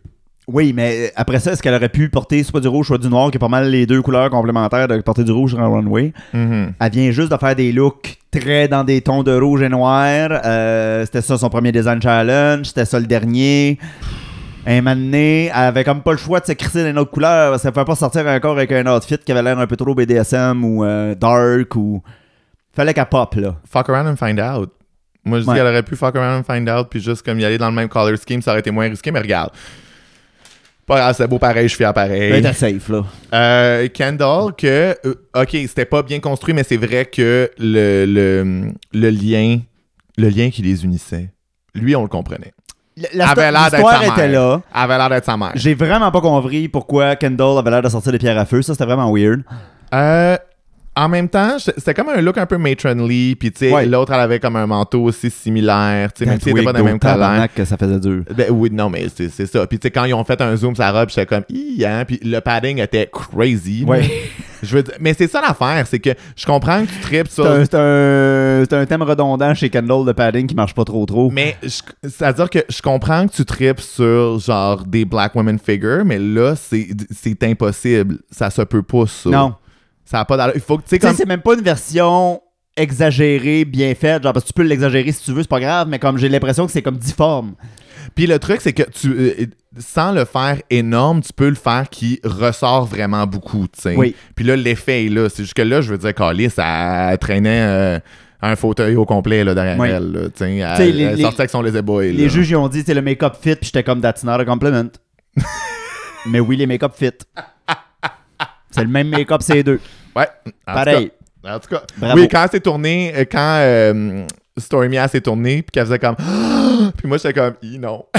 A: Oui, mais euh, après ça, est-ce qu'elle aurait pu porter soit du rouge, soit du noir, qui est pas mal les deux couleurs complémentaires de porter du rouge sur un runway?
B: Mhm.
A: Elle vient juste de faire des looks très dans des tons de rouge et noir. Euh, c'était ça son premier design challenge, c'était ça le dernier. Un moment donné, elle avait comme pas le choix de se crisser dans une autre couleur parce qu'elle pouvait pas sortir encore avec un outfit qui avait l'air un peu trop BDSM ou euh, dark ou. Fallait qu'elle pop là.
B: Fuck around and find out. Moi, je dis
A: Ouais.
B: qu'elle aurait pu fuck around and find out, puis juste comme y aller dans le même color scheme, ça aurait été moins risqué, mais regarde. Pas grave, c'est beau pareil, je suis à pareil.
A: Elle était safe là.
B: Euh, Kendall, que, euh, ok, c'était pas bien construit, mais c'est vrai que le, le, le lien, le lien qui les unissait, lui, on le comprenait.
A: La, la
B: avait
A: sto-
B: l'air d'être
A: l'histoire
B: sa mère.
A: était là.
B: Elle avait l'air d'être sa mère.
A: J'ai vraiment pas compris pourquoi Kendall avait l'air de sortir des pierres à feu. Ça, c'était vraiment weird.
B: Euh, en même temps, j- c'était comme un look un peu matronly, puis tu sais,
A: Ouais.
B: l'autre, elle avait comme un manteau aussi similaire, tu sais, même si
A: That
B: c'était pas dans
A: wig
B: le
A: d'eau,
B: même colère.
A: tabarnak que ça faisait dur.
B: Ben oui, non, mais c'est c'est ça. Puis tu sais, quand ils ont fait un zoom sur la robe, j'étais comme, Hi, hein? Puis le padding était crazy.
A: Ouais.
B: Je veux dire- mais c'est ça l'affaire, c'est que je comprends que tu tripes sur
A: C'est un, c'est un- c'est un thème redondant chez Kendall de padding qui marche pas trop trop.
B: Mais je- c'est-à-dire que je comprends que tu tripes sur genre des black women figures, mais là, c'est c'est impossible. Ça se peut pas, ça.
A: non.
B: Ça a pas d'allure. Il faut que tu sais,
A: Tu sais,
B: comme.
A: c'est même pas une version exagérée, bien faite. Genre, parce que tu peux l'exagérer si tu veux, c'est pas grave, mais comme j'ai l'impression que c'est comme difforme.
B: Puis le truc, c'est que tu. euh, sans le faire énorme, tu peux le faire qui ressort vraiment beaucoup, tu sais.
A: Oui.
B: Puis là, l'effet est là. C'est jusque là, je veux dire, Carly, ça traînait. euh, un fauteuil au complet là, derrière
A: Oui.
B: elle. là, tu sais. elle
A: sais, les-
B: elle
A: les-
B: sortait avec son lazy boy.
A: Les
B: là.
A: juges, ils ont dit, c'est le make-up fit, puis j'étais comme, that's not a compliment. mais oui, les make-up fit. C'est le même make-up, c'est les deux.
B: Ouais. En tout cas,
A: Pareil.
B: En tout cas,
A: Bravo.
B: oui, quand c'est tourné, euh, quand euh, Stormy A s'est tournée, puis qu'elle faisait comme. puis moi, j'étais comme, i non.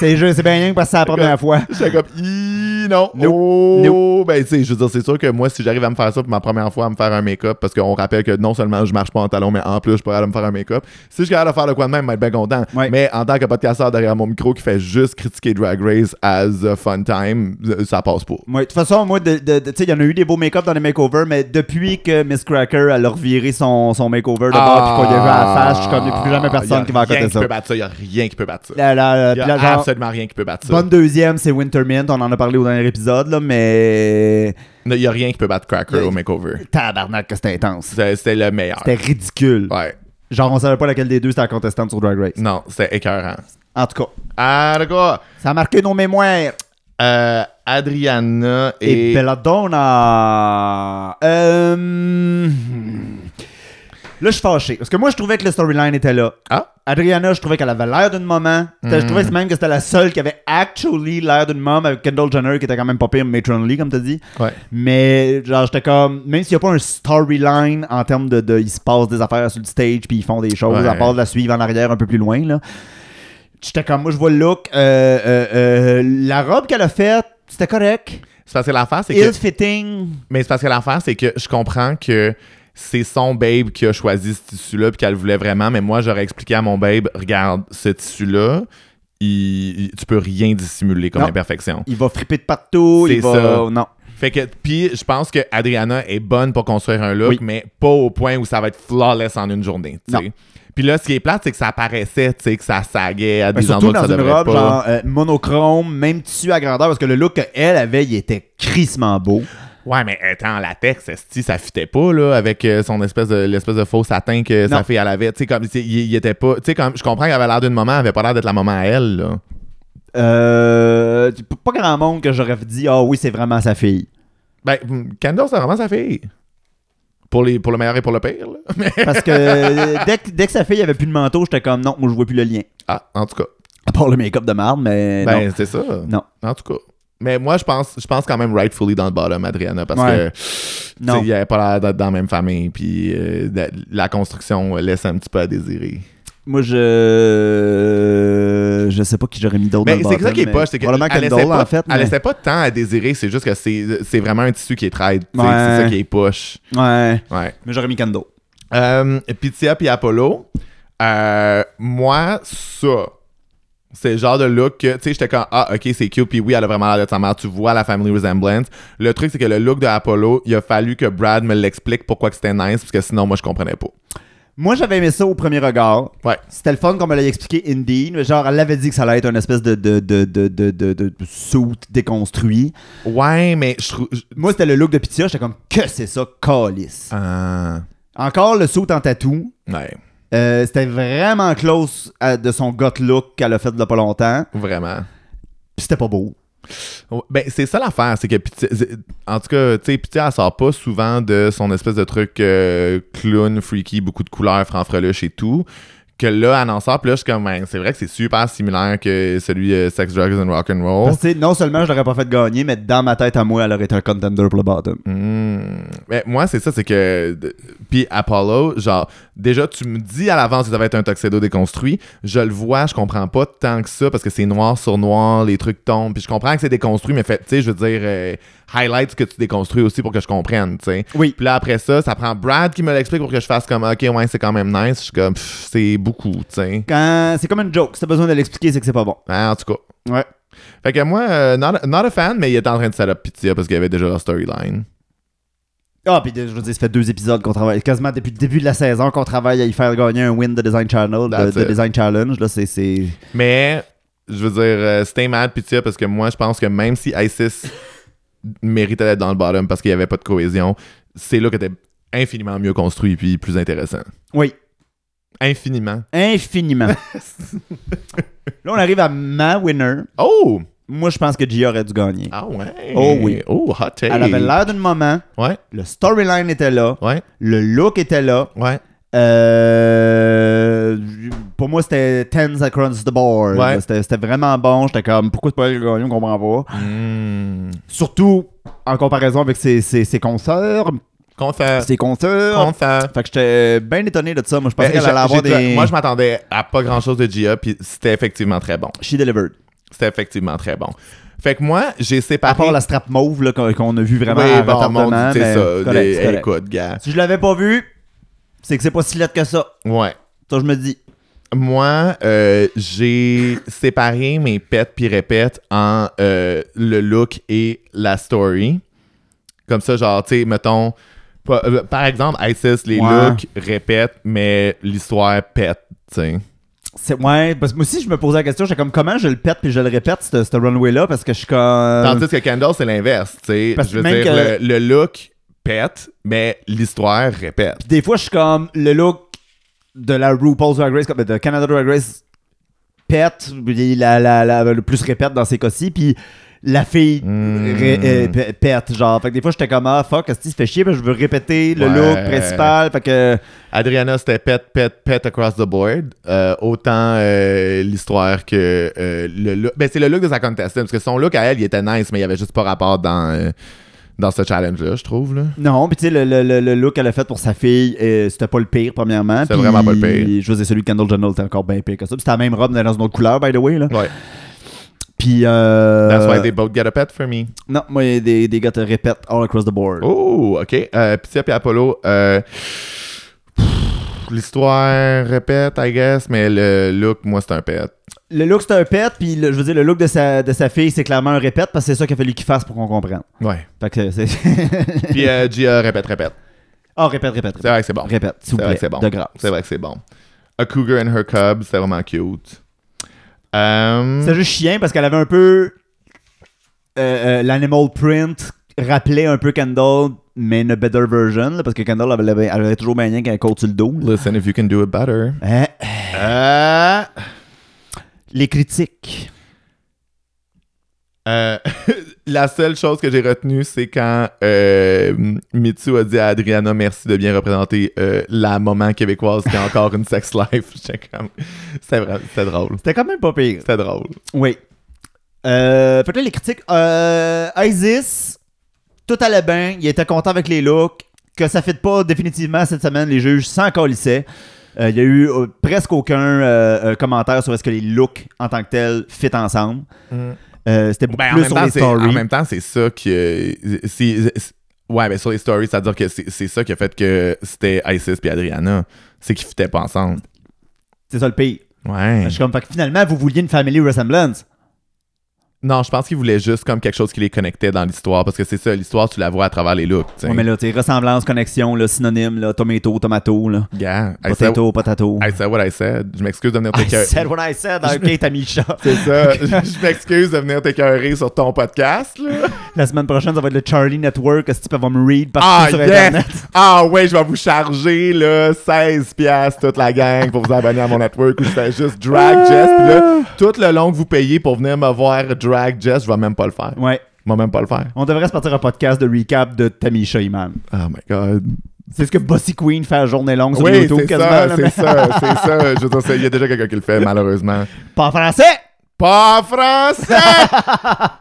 A: C'est juste- c'est bien rien parce que c'est la première fois.
B: j'étais comme, i non.
A: Nope.
B: Oh, ben, tu sais, je veux dire, c'est sûr que moi, si j'arrive à me faire ça pour ma première fois, à me faire un make-up, parce qu'on rappelle que non seulement je marche pas en talons, mais en plus, je pourrais aller me faire un make-up. Si je suis capable de faire le quoi de même, je vais être bien content.
A: Ouais.
B: Mais en tant que podcasteur derrière mon micro qui fait juste critiquer Drag Race as a fun time, euh, ça passe pas.
A: Ouais, de toute façon, moi, de, de- de- tu sais, il y en a eu des beaux make-up dans les makeovers, mais depuis que Miss Cracker elle a reviré son, son makeover de bord, puis qu'on lui a vu
B: Ah.
A: à la face, je suis comme, il n'y a plus jamais personne qui va à côté
B: Il
A: de ça.
B: peut battre ça, il y a rien qui peut battre ça.
A: Là, là, là,
B: Il y
A: puis
B: a
A: là, genre,
B: absolument rien qui peut battre ça.
A: bonne deuxième, c'est Wintermint, on en a parlé au dernier épisode, là, mais.
B: Il n'y a rien qui peut battre Cracker
A: Le-
B: au makeover.
A: Tabarnak, que c'était intense.
B: C'est- C'était le meilleur.
A: C'était ridicule.
B: Ouais. Mm.
A: Genre, on savait pas laquelle des deux c'était la contestante sur Drag Race.
B: Non, c'était écœurant.
A: En tout cas,
B: Ah, le gars,
A: ça a marqué nos mémoires.
B: euh, Adriana
A: Et,
B: et.
A: Belladonna. Euh. hmm. Là, je suis fâché. Parce que moi, je trouvais que le storyline était là.
B: Ah,
A: Adriana, je trouvais qu'elle avait l'air d'une maman. C'était- Je
B: Mm.
A: trouvais même que c'était la seule qui avait actually l'air d'une mom avec Kendall Jenner qui était quand même pas pire matronly, comme t'as dit.
B: ouais.
A: Mais genre, j'étais comme, même s'il n'y a pas un storyline en termes de, de- il se passe des affaires sur le stage puis ils font des choses,
B: Ouais.
A: à part de la suivre en arrière un peu plus loin, là. J'étais comme, moi, je vois le look. euh, euh, euh, la robe qu'elle a faite, c'était correct.
B: C'est parce que l'affaire, c'est que.
A: Ill-fitting.
B: Mais c'est parce que l'affaire, c'est que je comprends que c'est son babe qui a choisi ce tissu-là puis qu'elle voulait vraiment, mais moi, j'aurais expliqué à mon babe regarde, ce tissu-là, il- il- tu peux rien dissimuler comme
A: Non.
B: imperfection.
A: Il va fripper de partout.
B: C'est
A: il va...
B: ça.
A: Non.
B: Fait que, puis je pense que Adriana est bonne pour construire un look,
A: Oui.
B: mais pas au point où ça va être flawless en une journée. tu sais.
A: Non.
B: Puis là, ce qui est plate, c'est que ça apparaissait, tu sais, que ça saguait à
A: Ben,
B: des
A: surtout
B: endroits
A: dans
B: que ça
A: une
B: devrait
A: robe
B: pas.
A: genre euh, monochrome, même tissu à grandeur, parce que le look qu'elle avait, il était crissement beau.
B: Ouais, mais elle était en latex, esti, ça fitait pas là avec euh, son espèce de l'espèce de faux satin que sa
A: Non.
B: fille elle avait. Tu sais comme c'est- il, il était pas. Tu sais comme je comprends qu'elle avait l'air d'une maman, elle avait pas l'air d'être la maman à elle. Là.
A: Euh, pas grand monde que j'aurais dit, ah oui, c'est vraiment sa fille.
B: Ben, Kendall, c'est vraiment sa fille. Pour, les, pour le meilleur et pour le pire. là. Mais-
A: Parce que euh, dès, que dès que sa fille avait plus de manteau, j'étais comme non, moi je vois plus le lien.
B: Ah, en tout cas.
A: À part le make-up de marde, mais non.
B: Ben, c'est ça.
A: Non.
B: En tout cas. Mais moi, je pense, je pense quand même rightfully dans le bottom, Adriana, parce
A: Ouais.
B: que tu
A: Non.
B: sais, il avait pas l'air d'être dans la même famille, puis euh, la, la construction euh, laisse un petit peu à désirer.
A: Moi, je. Je sais pas qui j'aurais mis d'autre dans
B: Mais
A: le
B: Ben, c'est ça
A: bottom,
B: qui est
A: mais
B: poche, c'est que
A: Probablement
B: elle
A: Kendall,
B: laissait pas,
A: en fait.
B: elle
A: mais-
B: laissait pas tant à désirer, c'est juste que c'est c'est vraiment un tissu qui est très C'est
A: Ouais.
B: ça qui est poche.
A: Ouais.
B: Ouais.
A: Mais j'aurais mis Kendall.
B: Euh, Pitya puis Apollo, euh, moi, ça, c'est le genre de look que, tu sais, j'étais comme, ah, ok, c'est cute, puis oui, elle a vraiment l'air de sa mère, tu vois la family resemblance. Le truc, c'est que le look de Apollo, il a fallu que Brad me l'explique pourquoi que c'était nice, parce que sinon, moi, je comprenais pas.
A: Moi, j'avais aimé ça au premier regard.
B: Ouais.
A: C'était le fun qu'on me l'ait expliqué, Indeed. mais Genre, elle avait dit que ça allait être une espèce de, de, de, de, de, de, de suit déconstruit.
B: Ouais, mais je trouve. je-
A: Moi, c'était le look de Pitya. J'étais comme, que c'est ça, calice.
B: Ah,
A: Encore le saut en tatou.
B: ouais,
A: Euh, c'était vraiment close à- de son gut look qu'elle a fait il y a pas longtemps.
B: vraiment.
A: Puis c'était pas beau.
B: Ouais, Ben, c'est ça l'affaire, c'est que Pitya- c'est- en tout cas, tu sais, Pitya, elle sort pas souvent de son espèce de truc euh, clown, freaky, beaucoup de couleurs, franfreluche et tout. Que là, elle en sort, puis là, je suis comme, Ben, c'est vrai que c'est super similaire que celui euh, Sex, Drugs and Rock'n'Roll.
A: Parce que, tu sais, non seulement je l'aurais pas fait gagner, mais dans ma tête à moi, elle aurait été un contender pour le bottom.
B: Hmm. Ben, moi, c'est ça, c'est que. de- Puis Apollo, genre, déjà, tu me dis à l'avance que ça va être un tuxedo déconstruit. Je le vois, je comprends pas tant que ça parce que c'est noir sur noir, les trucs tombent. Puis je comprends que c'est déconstruit, mais fait, tu sais, je veux dire, euh, highlight ce que tu déconstruis aussi pour que je comprenne, tu sais.
A: Oui.
B: Puis là, après ça, ça prend Brad qui me l'explique pour que je fasse comme, ok, ouais, c'est quand même nice. Je suis comme, Pff, c'est beaucoup, tu sais.
A: Quand... C'est comme une joke. Si t'as besoin de l'expliquer, c'est que c'est pas bon.
B: Hein, en tout cas.
A: Ouais.
B: Fait que moi, euh, not, a, not a fan, mais il était en train de set up Pitya parce qu'il y avait déjà leur storyline.
A: Ah, puis de- je veux dire, ça fait deux épisodes qu'on travaille. Quasiment depuis le début de la saison qu'on travaille à y faire gagner un win de Design Channel, de,
B: That's
A: de
B: it.
A: Design Challenge. Là, c'est. c'est-
B: Mais je veux dire, euh, c'était mad pitié parce que moi, je pense que même si ISIS méritait d'être dans le bottom parce qu'il n'y avait pas de cohésion, c'est là que était infiniment mieux construit puis plus intéressant.
A: Oui,
B: Infiniment.
A: infiniment. là, on arrive à ma winner.
B: Oh!
A: Moi, je pense que Gia aurait dû gagner.
B: Ah ouais!
A: Oh oui.
B: Oh, hot take!
A: Elle avait l'air d'un moment.
B: Ouais,
A: Le storyline était là.
B: ouais,
A: Le look était là.
B: ouais.
A: Euh, pour moi, c'était tens across the board.
B: Ouais.
A: C'était c'était vraiment bon. J'étais comme, pourquoi c'est pas elle qui a gagné? On comprend pas.
B: Hmm.
A: Surtout en comparaison avec ses, ses, ses consoeurs.
B: Confère.
A: Ses consoeurs.
B: Confère.
A: Fait que j'étais bien étonné de ça. Moi, je pensais
B: Ben,
A: qu'elle
B: j'ai-
A: allait avoir
B: j'ai-
A: des.
B: Moi, je m'attendais à pas grand-chose de Gia, puis c'était effectivement très bon.
A: She delivered.
B: C'était effectivement très bon. Fait que moi, j'ai séparé...
A: À part la strap mauve là, qu'on qu'on a vu vraiment
B: Oui,
A: avant
B: bon, mon
A: tardement,
B: Dieu, c'est
A: mais
B: ça.
A: correct,
B: des-
A: c'est correct.
B: écoute, gars.
A: Si je l'avais pas vu, c'est que c'est pas si laid que ça.
B: Ouais.
A: Ça, je me dis.
B: Moi, euh, j'ai séparé mes pets puis répètes en euh, le look et la story. Comme ça, genre, tu sais, mettons, pa- euh, par exemple, ISIS, les
A: Ouais.
B: looks répètent, mais l'histoire pète, tu sais.
A: C'est, ouais, parce que moi aussi, je me posais la question. J'étais comme, comment je le pète puis je le répète, ce, ce runway-là, parce que je suis comme.
B: Tandis que Kendall, c'est l'inverse, tu sais.
A: Euh. parce
B: Je veux
A: que même
B: dire,
A: que-
B: le, le look pète, mais l'histoire répète.
A: Des fois, je suis comme le look de la RuPaul's Drag Race, comme de Canada Drag Race pète, puis la, la, la- le plus répète dans ces cas-ci, puis la fille
B: Mm.
A: ré- euh, p- pète, genre. Fait que des fois, j'étais comme, ah fuck, est-ce qu'il se fait chier, parce que je veux répéter le
B: Ouais.
A: look principal, fait que.
B: Adriana, c'était pet, pet, pet across the board. Euh, autant euh, l'histoire que euh, le look. Ben, c'est le look de sa contestante, parce que son look à elle, il était nice, mais il avait juste pas rapport dans, euh, dans ce challenge-là, je trouve. Là.
A: Non, puis tu sais, le, le- le- le look qu'elle a fait pour sa fille, euh, c'était pas le pire, premièrement.
B: C'était
A: puis
B: vraiment pas le pire.
A: Je faisais celui de Kendall Jenner, était encore bien pire que ça. Puis c'était la même robe, mais dans une autre couleur, by the way, là.
B: Ouais.
A: Puis. Euh,
B: That's why they both get a pet for me.
A: Non, moi, des, des gars te répètent all across the board.
B: Oh, OK. Euh, Pitya puis Apollo. euh, pff, L'histoire répète, I guess, mais le look, moi, c'est un pet.
A: Le look, c'est un pet, puis le- je veux dire, le look de sa, de sa fille, c'est clairement un répète, parce que c'est ça qu'il a fallu qu'il fasse pour qu'on comprenne.
B: Ouais.
A: Fait que c'est.
B: Puis euh, Gia, répète, répète.
A: oh, répète, répète,
B: C'est
A: répète.
B: vrai que c'est bon.
A: Répète, s'il vous
B: C'est vrai
A: plaît.
B: que c'est bon.
A: De grâce.
B: C'est vrai que c'est bon. A Cougar and Her Cub, c'était vraiment cute. Euh,
A: C'est juste chien, parce qu'elle avait un peu. euh, euh, L'animal print rappelait un peu Kendall, mais une better version, là, parce que Kendall, elle avait, elle avait toujours manié qu'elle côte sur le dos. là.
B: Listen, if you can do it better.
A: Hein?
B: Euh,
A: Les critiques.
B: euh, La seule chose que j'ai retenue, c'est quand euh, Mitsu a dit à Adriana merci de bien représenter euh, la moment québécoise qui a encore une sex life. J'étais comme- C'était vra- c'était drôle.
A: C'était quand même pas pire.
B: C'était drôle.
A: Oui. Euh, fait que là, les critiques. Euh, Isis, tout allait bien. Il était content avec les looks. Que ça ne fit pas définitivement cette semaine, les juges s'en câlissaient. Euh, Il y a eu euh, presque aucun euh, euh, commentaire sur est-ce que les looks en tant que tels fit ensemble. Euh, C'était beaucoup
B: Ben, en,
A: plus
B: même
A: sur
B: temps,
A: les
B: c'est- en
A: stories.
B: même temps, c'est ça qui. euh, c'est- c'est- ouais, mais sur les stories, c'est-à-dire que c'est c'est ça qui a fait que c'était Isis et Adriana. C'est qu'ils fitaient pas ensemble.
A: C'est ça le pire.
B: Ouais.
A: Je suis comme, fait que finalement, vous vouliez une family resemblance.
B: Non, je pense qu'ils voulaient juste comme quelque chose qui les connectait dans l'histoire. Parce que c'est ça, l'histoire, tu la vois à travers les looks. tu sais.
A: Ouais, mais là, tu sais, ressemblance, connexion, là, synonyme, là, tomato, tomato, là,
B: Yeah, I said,
A: potato, potato.
B: I said what I said. Je m'excuse de venir
A: I
B: t'écœurer.
A: said what I said. Ok, t'as mis le chat.
B: C'est ça. Je m'excuse de venir t'écœurer sur ton podcast. Là.
A: La semaine prochaine, ça va être le Charlie Network. Est-ce que tu peux avoir me read partout
B: Ah,
A: sur
B: yes!
A: Internet?
B: Ah ouais, je vais vous charger là, 16 piastres toute la gang pour vous abonner à mon network ou je fais juste drag
A: Ah!
B: Jess. Puis là, tout le long que vous payez pour venir me voir drag Jess, je vais même pas le faire.
A: Ouais.
B: Je vais même pas le faire.
A: On devrait se partir un podcast de recap de Tamisha Iman.
B: Oh my god.
A: C'est ce que Bossy Queen fait à journée longue sur
B: Oui,
A: YouTube
B: c'est
A: quasiment.
B: ça,
A: là,
B: c'est
A: mais-
B: ça, c'est ça. Je veux dire, c'est- il y a déjà quelqu'un qui le fait, malheureusement.
A: Pas en français!
B: Pas français!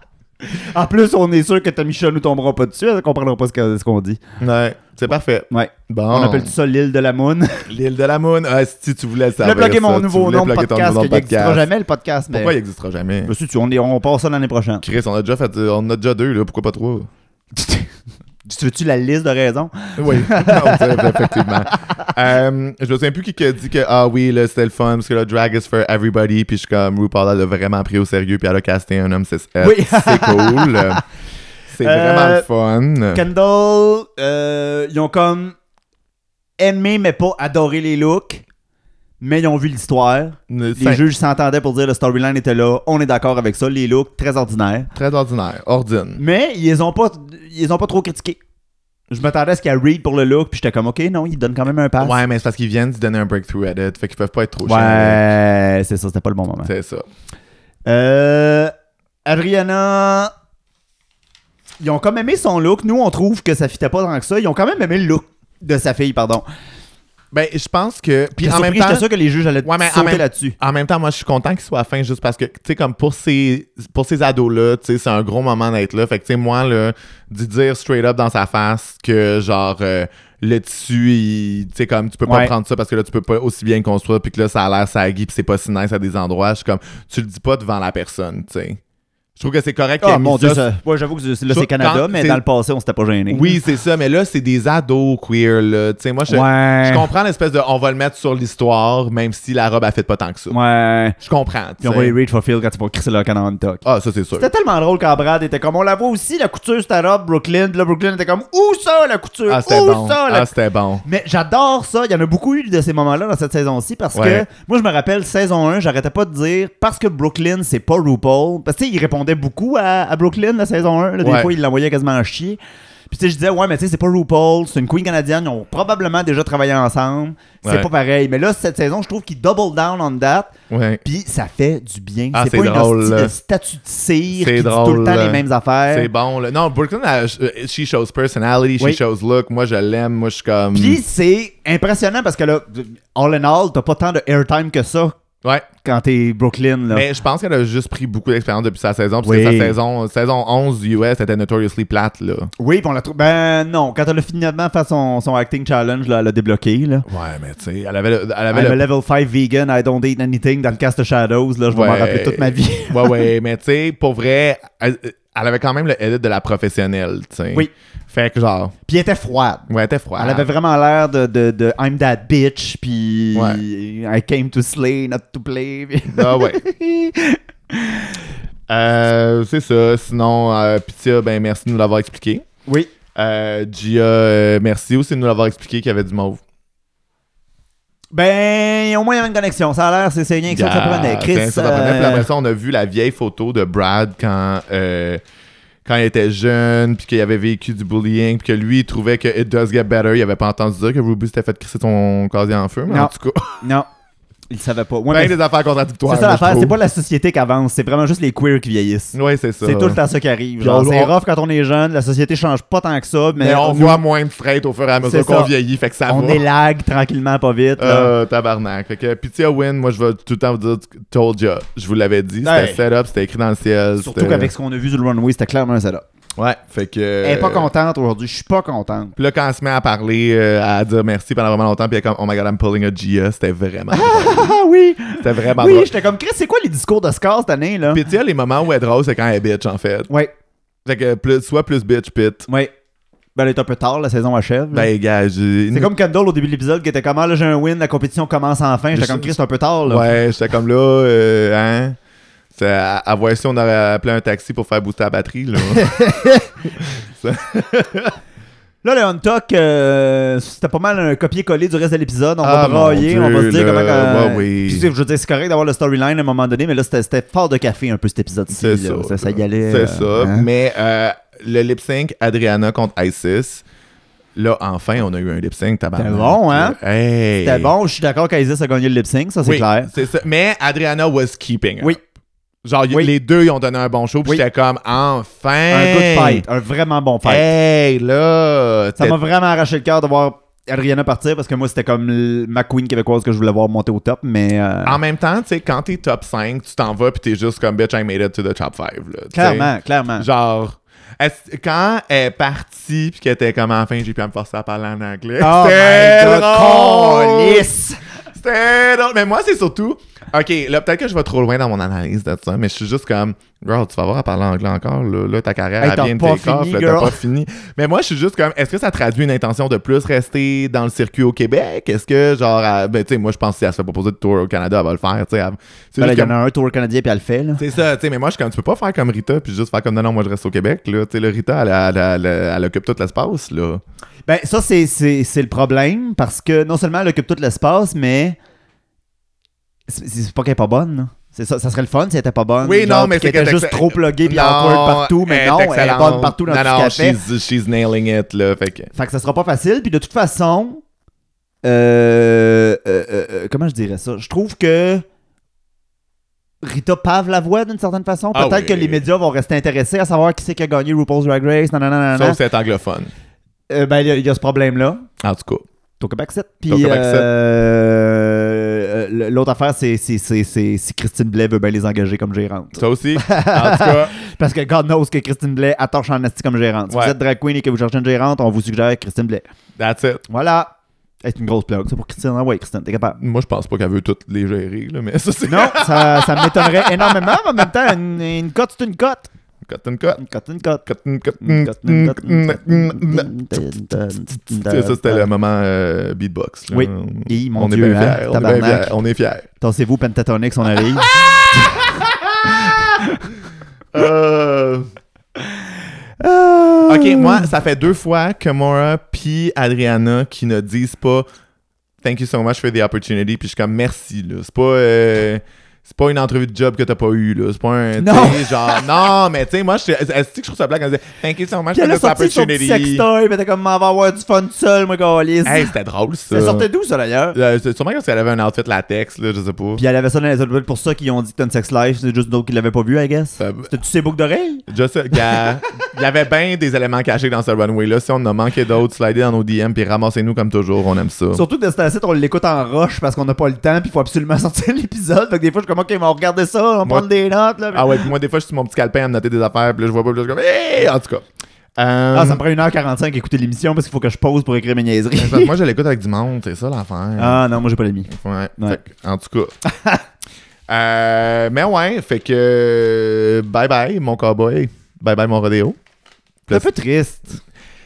A: En plus, on est sûr que Tamisha nous tombera pas dessus. Elle comprendra pas ce que- ce qu'on dit.
B: ouais, c'est parfait.
A: Ouais.
B: Bon.
A: On appelle ça l'île de la Moon.
B: L'île de la Moon. Ah, si tu voulais
A: Je
B: savoir.
A: voulais bloquer
B: ça,
A: mon
B: tu
A: nouveau
B: voulais
A: nom de
B: plugger ton
A: podcast
B: nouveau
A: qui
B: nom de
A: n'existera
B: podcast.
A: jamais, le podcast. Mais...
B: Pourquoi il n'existera jamais?
A: Mais si tu- on, est- on passe ça l'année prochaine.
B: Chris, on a déjà fait. On a déjà deux, là. Pourquoi pas trois?
A: tu veux-tu la liste de raisons?
B: Oui, Non, c'est vrai, effectivement. Euh, je me souviens plus qui qui a dit que ah oui, là, c'était le fun parce que le drag is for everybody. Puis je suis comme RuPaul, elle a vraiment pris au sérieux. Puis elle a casté un homme cis euh,
A: Oui.
B: C'est cool. C'est vraiment
A: Euh,
B: le fun.
A: Kendall, euh, ils ont comme aimé mais pas adoré les looks, mais ils ont vu l'histoire. Les
B: C'est
A: juges s'entendaient pour dire le storyline était là, on est d'accord avec ça, les looks très ordinaires.
B: très ordinaire. Ordine.
A: Mais ils les ont pas, ils les ont pas trop critiqués. Je m'attendais à ce qu'il y a Reed pour le look, puis j'étais comme ok non, il donne quand même un pass.
B: Ouais, mais c'est parce qu'ils viennent de donner un breakthrough edit. Fait qu'ils peuvent pas être trop chiants.
A: Ouais, c'est ça, c'était pas le bon moment.
B: C'est ça.
A: Euh, Adriana, ils ont quand même aimé son look. Nous, on trouve que ça fitait pas tant que ça. Ils ont quand même aimé le look de sa fille, pardon.
B: Ben, je pense que. Puis
A: J'étais
B: en même
A: surpris,
B: temps.
A: j'étais sûr que les juges allaient
B: Ouais, mais en
A: sauter
B: même-
A: là-dessus.
B: En même temps, moi, je suis content qu'il soit à la fin juste parce que, tu sais, comme pour ces, pour ces ados-là, tu sais, c'est un gros moment d'être là. Fait que, tu sais, moi, là, de dire straight up dans sa face que, genre, euh, le tissu, il- tu sais, comme, tu peux pas
A: Ouais.
B: prendre ça parce que là, tu peux pas aussi bien le construire, puis que là, ça a l'air saggy, puis c'est pas si nice à des endroits. Je suis comme, tu le dis pas devant la personne, tu sais. Je trouve que c'est correct qu'il
A: Ah
B: ait mis
A: mon dieu,
B: ça-
A: ça- ouais, j'avoue que c'est- là
B: Quand-
A: c'est Canada, mais
B: c'est-
A: dans le passé on s'était pas gêné.
B: Oui, c'est ça, mais là, c'est des ados queer, là. Tu sais, moi, je,
A: ouais.
B: je comprends l'espèce de on va le mettre sur l'histoire, même si la robe, a fait pas tant que ça.
A: Ouais.
B: Je comprends, tu
A: Puis on va les
B: sais.
A: reach for field quand tu vas crisser leur canon on talk.
B: Ah, ça, c'est sûr.
A: C'était tellement drôle quand Brad était comme on la voit aussi la couture c'était robe Brooklyn, puis là Brooklyn était comme où ça la couture,
B: Ah, c'était
A: où
B: bon.
A: ça la
B: Ah, c'était bon.
A: Mais j'adore ça. Il y en a beaucoup eu de ces moments-là dans cette saison-ci parce
B: Ouais.
A: que moi, je me rappelle saison 1, j'arrêtais pas de dire parce que Brooklyn, c'est pas RuPaul. Parce que, tu sais, il répondait beaucoup à, à Brooklyn la saison 1. là. des
B: Ouais.
A: fois, il l'envoyait quasiment en chier. Puis, tu sais, je disais, ouais, mais tu sais, c'est pas RuPaul, c'est une queen canadienne, ils ont probablement déjà travaillé ensemble. C'est
B: Ouais.
A: pas pareil. Mais là, cette saison, je trouve qu'il double down on that.
B: Ouais.
A: Puis, ça fait du bien.
B: Ah,
A: c'est
B: c'est
A: pas
B: drôle,
A: une hostie
B: là.
A: de statut de cire
B: C'est
A: qui dit tout
B: drôle,
A: le temps
B: là.
A: les mêmes affaires.
B: C'est bon, là. Non, Brooklyn, elle- euh, she shows personality,
A: Oui.
B: she shows look. Moi, je l'aime. Moi, je suis comme.
A: Puis, c'est impressionnant parce que là, all in all, t'as pas tant de airtime que ça
B: Ouais.
A: quand t'es Brooklyn. Là.
B: Mais je pense qu'elle a juste pris beaucoup d'expérience depuis sa saison. Parce
A: Ah. Oui.
B: que sa saison, saison 11 du US était notoriously plate, là.
A: Oui, puis on l'a trouvé. Ben non, quand elle a finalement fait son, son acting challenge, là, elle a débloqué. Là.
B: Ouais, mais tu sais, elle avait, le- elle avait
A: I'm
B: le-
A: a level 5 vegan, I don't eat anything dans le cast de Shadows. Là, je vais m'en
B: Ouais.
A: rappeler toute ma vie.
B: Ouais, ouais, mais tu sais, pour vrai, elle, elle avait quand même le edit de la professionnelle, tu sais.
A: Oui.
B: Fait que genre,
A: puis elle était froide.
B: ouais, elle était froide.
A: Elle avait vraiment l'air de, de, de I'm that bitch, puis
B: Ouais.
A: I came to slay, not to play. puis-
B: Ah ouais. Euh, c'est ça. Sinon, euh, Pitya, ben merci de nous l'avoir expliqué.
A: oui.
B: Euh, Gia, euh, merci aussi de nous l'avoir expliqué qu'il y avait du mauve.
A: Ben, au moins il y avait une connexion. Ça a l'air, c'est c'est rien que ça que ça
B: Yeah,
A: prenait. Chris.
B: c'est ça que ça prenait.
A: euh,
B: Puis après ça, on a vu la vieille photo de Brad quand, euh, quand il était jeune, puis qu'il avait vécu du bullying, puis que lui, il trouvait que It Does Get Better. Il avait pas entendu dire que Ruby s'était fait crisser son casier en feu, mais
A: Non.
B: en tout cas.
A: Non. Ils savaient pas.
B: Plein
A: Ouais, mais
B: des affaires contradictoires.
A: c'est ça
B: moi,
A: l'affaire,
B: Ben, je
A: c'est pas la société qui avance, c'est vraiment juste les queers qui vieillissent.
B: trouve. Ouais, c'est ça.
A: C'est tout le temps ça qui arrive.
B: Puis
A: Genre,
B: on-
A: c'est
B: on-
A: rough quand on est jeune, la société change pas tant que ça, mais,
B: Mais on
A: nous,
B: voit moins de freight au fur et à
A: C'est
B: mesure
A: ça.
B: qu'on vieillit, fait que ça
A: on
B: va.
A: élague tranquillement pas vite. là.
B: Euh, tabarnak. Fait que Pitya Win, moi je vais tout le temps vous dire Told ya. Je vous l'avais dit, c'était
A: Hey.
B: set up, c'était écrit dans le ciel.
A: Surtout
B: c'était- Euh,
A: qu'avec ce qu'on a vu sur le runway, c'était clairement un setup.
B: Ouais, fait que. euh,
A: Elle est pas contente aujourd'hui, je suis pas contente.
B: Puis là, quand elle se met à parler, euh, à dire merci pendant vraiment longtemps, puis elle est comme, oh my god, I'm pulling a Gia, c'était vraiment.
A: Ah oui!
B: c'était vraiment
A: Oui,
B: drôle.
A: j'étais comme Chris, c'est quoi les discours d'Oscar cette année là?
B: Bah, Puis tu sais, les moments où elle est drôle, c'est quand elle est bitch, en fait.
A: Ouais,
B: Fait que plus, soit plus bitch, pit.
A: ouais. Ben, elle est un peu tard, la saison achève. là.
B: Ben, gars, j'ai.
A: Mm. c'est comme Kendall au début de l'épisode qui était comme Ah, là, j'ai un win, la compétition commence enfin. J'étais
B: Je-
A: comme Chris, c'est un peu tard là.
B: Ouais, j'étais comme là, euh, hein. C'est à, à voir si on aurait appelé un taxi pour faire booster la batterie, là.
A: Là, le on talk, euh, c'était pas mal un copier-coller du reste de l'épisode. On va
B: Ah,
A: brailler,
B: mon
A: on va se
B: Dieu,
A: dire
B: là.
A: comment. euh,
B: Ouais, oui.
A: puis, tu sais, je veux dire, c'est correct d'avoir le storyline à un moment donné, mais là, c'était, c'était fort de café un peu cet épisode-ci.
B: C'est
A: là.
B: ça.
A: ça. ça y allait.
B: C'est
A: euh,
B: ça.
A: hein.
B: Mais euh, le lip sync Adriana contre Isis. Là, enfin, on a eu un lip sync tabarnak.
A: C'était bon, hein?
B: Hey.
A: C'était bon, je suis d'accord qu'Isis a gagné le lip sync, ça c'est
B: Oui,
A: clair.
B: C'est ça. Mais Adriana was keeping. up.
A: Oui.
B: Genre, y-
A: Oui.
B: les deux, ils ont donné un bon show. Puis
A: Oui.
B: j'étais comme, enfin.
A: Un good fight, un vraiment bon fight.
B: Hey, là.
A: Ça
B: t'es-
A: m'a vraiment arraché le cœur de voir Adriana partir parce que moi, c'était comme l- ma queen québécoise que je voulais voir monter au top, mais. euh,
B: En même temps, tu sais, quand t'es top 5, tu t'en vas, puis t'es juste comme, bitch, I made it to the top 5.
A: clairement, clairement.
B: Genre, est-ce- quand elle est partie, puis qu'elle était comme enfin, j'ai pu me forcer à parler en anglais.
A: Oh
B: C'était
A: my
B: drôle!
A: god, câlisse!
B: C'était drôle! Mais moi, c'est surtout. Ok, là, peut-être que je vais trop loin dans mon analyse de ça, mais je suis juste comme, girl, tu vas avoir à parler anglais encore, là, là, ta carrière,
A: Hey,
B: elle
A: t'as
B: vient de
A: pas
B: take off,
A: fini,
B: là,
A: girl.
B: t'as pas fini. Mais moi, je suis juste comme, est-ce que ça traduit une intention de plus rester dans le circuit au Québec? Est-ce que, genre, elle- ben, tu sais, moi, je pense que si elle se fait proposer de tour au Canada, elle va le faire, tu sais. elle- c'est
A: Ben là, Il
B: juste
A: y
B: comme-
A: en a un tour canadien puis elle le fait, là.
B: c'est ça, tu sais, mais moi, je suis comme, tu peux pas faire comme Rita, puis juste faire comme, non, non, moi, je reste au Québec, là. Tu sais, le Rita, elle, elle- elle- elle- elle occupe tout l'espace, là.
A: Ben, ça, c'est, c'est, c'est le problème parce que non seulement elle occupe tout l'espace, mais. C'est, c'est pas qu'elle est pas bonne, là. C'est ça, ça serait le fun si elle était pas bonne.
B: Oui,
A: genre,
B: non, mais
A: puis
B: c'est
A: qu'elle était
B: qu'elle est
A: juste
B: ex-
A: trop pluguée puis
B: Non,
A: awkward partout, mais
B: elle est
A: non, elle est
B: excellente.
A: bonne partout dans
B: non,
A: tout
B: non,
A: ce qu'elle fait.
B: she's, she's nailing it, là. Fait que,
A: Fait que ça sera pas facile. Puis de toute façon, euh, euh, euh, euh, comment je dirais ça? Je trouve que Rita pave la voix d'une certaine façon.
B: Ah
A: Peut-être
B: oui.
A: que les médias vont rester intéressés à savoir qui c'est qui a gagné RuPaul's Drag Race. Non, non, non, Ah non, non.
B: sauf si elle est anglophone.
A: Euh, ben, il y a- il y, a ce problème-là.
B: En tout cas.
A: T'es Au Québec 7. Puis
B: T'es au Québec sept.
A: euh, euh, l'autre affaire, c'est c'est- c'est- c'est si Christine Blais veut bien les engager comme gérante.
B: Ça aussi. en tout cas,
A: Parce que God knows que Christine Blais attorche en asti comme gérante. Si
B: Ouais.
A: vous êtes drag queen et que vous cherchez une gérante, on vous suggère Christine Blais.
B: that's it.
A: Voilà. C'est une grosse plug. C'est pour Christine. Ah ouais, Christine, t'es capable.
B: Moi, je pense pas qu'elle veut toutes les gérer, là, mais ça, c'est.
A: Non, ça, ça m'étonnerait énormément, mais en même temps, une, une cote, c'est une cote.
B: Cotton cut.
A: Une cote, une cote.
B: Cotton
A: Une
B: cotton.
A: cote, une
B: Mm,
A: cote, une cote.
B: Ça, c'était le moment euh, beatbox. là.
A: Oui.
B: On-
A: Hi, mon
B: on est
A: Dieu,
B: bien
A: hein,
B: fiers. On est bien
A: tabarnak.
B: fiers. On est fiers.
A: Tassez-vous, Pentatonix, on arrive.
B: Euh,
A: Ah.
B: Ok, moi, ça fait deux fois que Maura puis Adriana qui ne disent pas Thank you so much for the opportunity. Puis je suis comme merci. là. C'est pas. euh, c'est pas une entrevue de job que t'as pas eu là. C'est pas un. tu sais,
A: Non.
B: genre, non, mais tu sais, moi, je suis- est-ce que je trouve ça blague quand elle dit Thank you so much
A: Puis
B: for
A: elle a
B: this
A: sorti son petit
B: opportunity.
A: sextoy, pis t'es comme, on va avoir du fun seul, moi, Gaulis.
B: Hey, c'était drôle ça.
A: Ça sortait d'où, ça, d'ailleurs?
B: Euh, c'est sûrement parce qu'elle avait un outfit latex, là, je sais pas.
A: Puis elle avait ça dans les autres pour ça qu'ils ont dit que t'as une sex life, c'est juste d'autres qui l'avaient pas vu, I guess.
B: Euh,
A: T'as-tu ses boucles d'oreilles?
B: Je sais, gars, il y avait bien des éléments cachés dans ce runway-là. Si on en a manqué d'autres, slidez dans nos DM puis ramassez-nous comme toujours, on aime ça.
A: Surtout que de cet asset, on l'écoute en roche parce qu'on n'a pas le temps, puis il faut absolument sortir l'épisode. Fait que des fois, je suis comme, ok, mais on regardait ça, on va
B: Moi-
A: prendre des notes, là.
B: Ah ouais, puis moi, des fois, je suis sur mon petit calepin à me noter des affaires, puis là, je vois pas, puis là, je suis comme, hey! En tout cas. Euh,
A: Ah, ça me prend 1h45 à écouter l'émission parce qu'il faut que je pose pour écrire mes
B: c'est parce que
A: niaiseries.
B: ben, Moi, je l'écoute avec du monde, c'est ça l'affaire.
A: ah non, moi j'ai pas l'ami.
B: Ouais.
A: Ouais.
B: Fait que, en tout cas. Euh, mais ouais, fait que. Bye bye, mon cowboy. Bye bye, mon rodéo.
A: C'est un peu triste.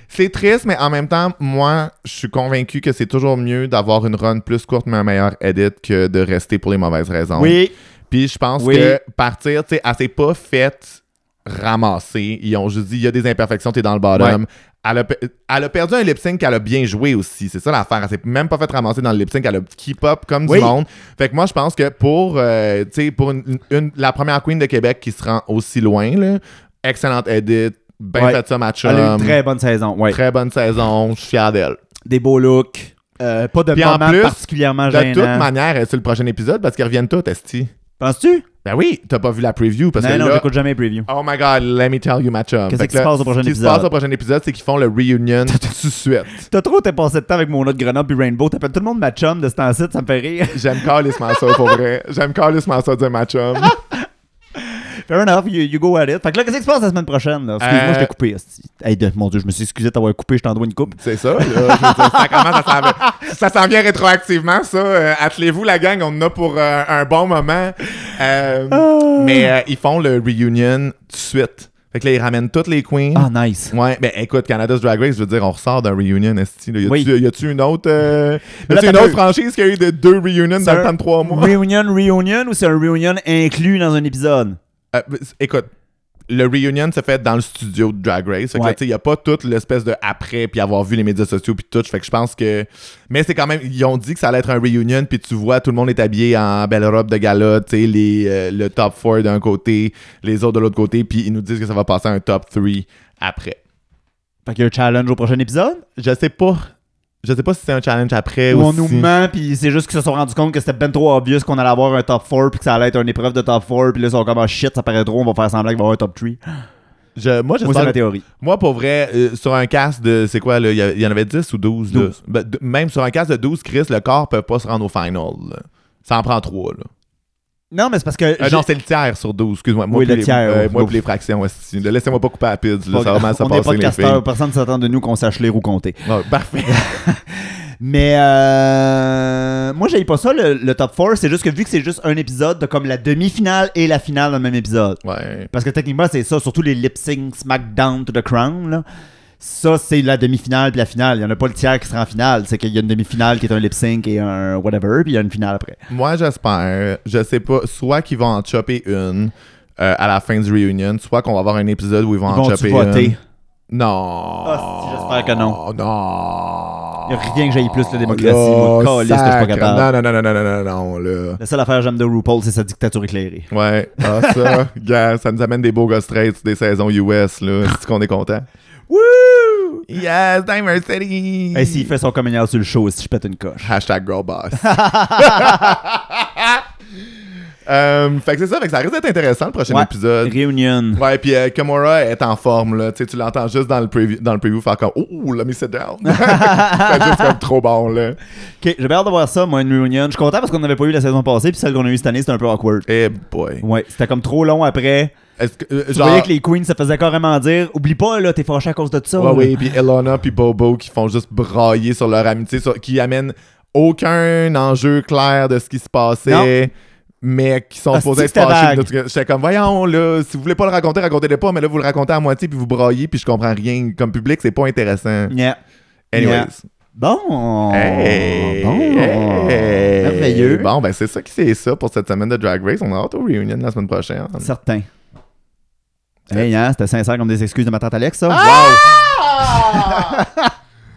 B: C'est triste, mais en même temps, moi, je suis convaincu que c'est toujours mieux d'avoir une run plus courte mais un meilleur edit que de rester pour les mauvaises raisons.
A: Oui.
B: Puis je pense
A: Oui.
B: que partir, tu sais, elle s'est pas faite ramasser. Ils ont juste dit, il y a des imperfections, t'es dans le bottom. Elle, a, pe- elle a perdu un lip sync qu'elle a bien joué aussi. C'est ça l'affaire. Elle s'est même pas faite ramasser dans le lip sync. Elle a keep up comme
A: Oui.
B: du monde. Fait que moi, je pense que pour, euh, tu sais, pour une- une- la première queen de Québec qui se rend aussi loin, là, excellente edit, bien
A: Ouais.
B: fait ça, match
A: Elle a eu une très bonne saison. Ouais.
B: très bonne saison. Je suis fier d'elle.
A: Des beaux looks. Euh, pas de
B: Puis en
A: moment
B: plus,
A: particulièrement
B: De
A: gênant.
B: toute manière, est-ce le prochain épisode? Parce qu'ils reviennent tous, Esti.
A: Penses-tu?
B: Ben oui, t'as pas vu la preview parce
A: Non,
B: que
A: non,
B: là,
A: j'écoute jamais les previews.
B: Oh my god, let me tell you my chum.
A: Qu'est-ce
B: Fait
A: qui se
B: là,
A: passe au prochain
B: Ce qui se
A: épisode?
B: passe au prochain épisode, c'est qu'ils font le reunion tout de suite.
A: T'as trop t'es passé de temps avec mon autre Grenoble puis Rainbow. T'appelles tout le monde ma chum de ce temps-ci, ça me fait rire.
B: J'aime carrément ça, pour vrai. J'aime carrément ça dire ma chum.
A: Fair enough, you, you go at it. Fait que là, qu'est-ce qui se passe la semaine prochaine? là? Excuse-moi,
B: Euh,
A: je t'ai coupé. hostie. Hey, de- mon Dieu, je me suis excusé de t'avoir coupé, je t'en dois une coupe.
B: C'est ça, là. Je veux dire, ça commence à s'en venir. Ça s'en vient rétroactivement, ça. Euh, Attelez-vous, la gang, on en a pour euh, un bon moment. Euh,
A: Ah.
B: Mais euh, ils font le reunion tout de suite. Fait que là, ils ramènent toutes les queens.
A: Ah, nice.
B: Ouais, ben écoute, Canada's Drag Race, je veux dire, on ressort d'un reunion, esti. là. Y a-tu
A: Oui.
B: y a-tu une autre, euh,
A: Mais
B: y a-tu
A: là,
B: une
A: t'as
B: autre
A: peu.
B: franchise qui a eu de deux reunions dans
A: C'est
B: le temps de trois mois?
A: Reunion, reunion ou c'est un reunion inclus dans un épisode?
B: Euh, écoute, le reunion se fait dans le studio de Drag Race. Fait que
A: Ouais.
B: là, tu sais, il n'y a pas toute l'espèce de après, puis avoir vu les médias sociaux, puis tout. Fait que je pense que. Mais c'est quand même. Ils ont dit que ça allait être un reunion, puis tu vois, tout le monde est habillé en belle robe de gala, tu sais, les, euh, le top 4 d'un côté, les autres de l'autre côté, puis ils nous disent que ça va passer à un top 3 après.
A: Fait qu'il y a un challenge au prochain épisode?
B: Je sais pas. Je sais pas si c'est un challenge après
A: Où
B: ou
A: on nous ment, puis c'est juste qu'ils se sont rendus compte que c'était ben trop obvious qu'on allait avoir un top 4 puis que ça allait être une épreuve de top 4 puis là ils sont comme ah shit, ça paraît trop, on va faire semblant qu'il va y avoir un top 3.
B: Je, moi,
A: Moi, c'est
B: j'espère
A: ma théorie.
B: Moi, pour vrai, euh, sur un casque de. C'est quoi, là Il y a- il y, en avait 10 ou 12, là?
A: 12.
B: Ben, d- Même sur un casque de 12, Chris, le corps peut pas se rendre au final. là. Ça en prend 3, là.
A: Non, mais c'est parce que.
B: Euh,
A: j'ai-
B: non, c'est le tiers sur 12, excuse-moi. Moi,
A: Oui,
B: puis
A: le
B: les-
A: tiers,
B: euh,
A: ouais.
B: moi, puis
A: Ouf.
B: les fractions. esti. Là, Laissez-moi pas couper à la piste, là. Ça va mal se
A: on n'est
B: passer,
A: pas de
B: les
A: casteur,
B: filles.
A: personne ne s'attend de nous qu'on sache lire ou compter.
B: Ouais, parfait.
A: Mais euh, moi, j'aille pas ça, le, le top 4. C'est juste que vu que c'est juste un épisode, t'as comme la demi-finale et la finale dans le même épisode.
B: Ouais.
A: Parce que techniquement, c'est ça, surtout les lip sync SmackDown to the Crown. Là. Ça, c'est la demi-finale puis la finale. Il y en a pas le tiers qui sera en finale. C'est qu'il y a une demi-finale qui est un lip sync et un whatever, puis il y a une finale après.
B: Moi, j'espère, je sais pas, soit qu'ils vont en chopper une euh, à la fin du reunion, soit qu'on va avoir un épisode où ils vont,
A: Ils
B: en
A: vont
B: chopper une.
A: voter.
B: Non.
A: Ah, si, j'espère que non.
B: Non.
A: Y a rien que j'aille plus
B: Oh,
A: la démocratie, moi.
B: Là,
A: Caliste que je suis pas
B: sacre.
A: capable.
B: Non, non, non, non, non, non, non, là.
A: La seule affaire que j'aime de RuPaul, c'est sa dictature éclairée.
B: Ouais, ah, ça, gars, ça nous amène des beaux gosses straight des saisons US, là. C'est qu'on est content. Woo! Yes, Dimer City!
A: Et s'il fait son coming out sur le show, si je pète une coche.
B: Hashtag girl boss. Euh, fait que c'est ça, fait que ça risque d'être intéressant le prochain
A: Ouais.
B: épisode.
A: Réunion.
B: Ouais, puis euh, Kimura est en forme, là. Tu sais, tu l'entends juste dans le preview, dans le preview faire comme Ouh, let me sit down. c'est juste comme trop bon, là.
A: Ok, j'ai bien hâte de voir ça, moi, une reunion. Je suis content parce qu'on n'avait pas eu la saison passée, puis celle qu'on a eue cette année, c'était un peu awkward.
B: Eh boy.
A: Ouais, c'était comme trop long après.
B: Est-ce que, euh,
A: Tu
B: genre,
A: voyais que les queens se faisaient carrément dire Oublie pas, là, t'es fâché à cause de ça.
B: ouais,
A: là.
B: oui, puis Elona puis Bobo qui font juste brailler sur leur amitié, sur- qui amènent aucun enjeu clair de ce qui se passait. Mais qui sont
A: Ah,
B: supposés être
A: c'est-tu que c'était
B: fâchés.
A: vague?
B: de- J'étais comme, voyons, là, si vous voulez pas le raconter, racontez-le pas, mais là, vous le racontez à moitié, puis vous braillez, puis je comprends rien. Comme public, c'est pas intéressant.
A: Yeah.
B: Anyways.
A: Yeah. Bon.
B: Hey,
A: bon.
B: hey.
A: Merveilleux.
B: Bon, ben c'est ça qui c'est ça pour cette semaine de Drag Race. On a hâte au reunion la semaine prochaine.
A: Certain. Hey, hein, c'était sincère comme des excuses de ma tante Alex, ça.
B: Ah!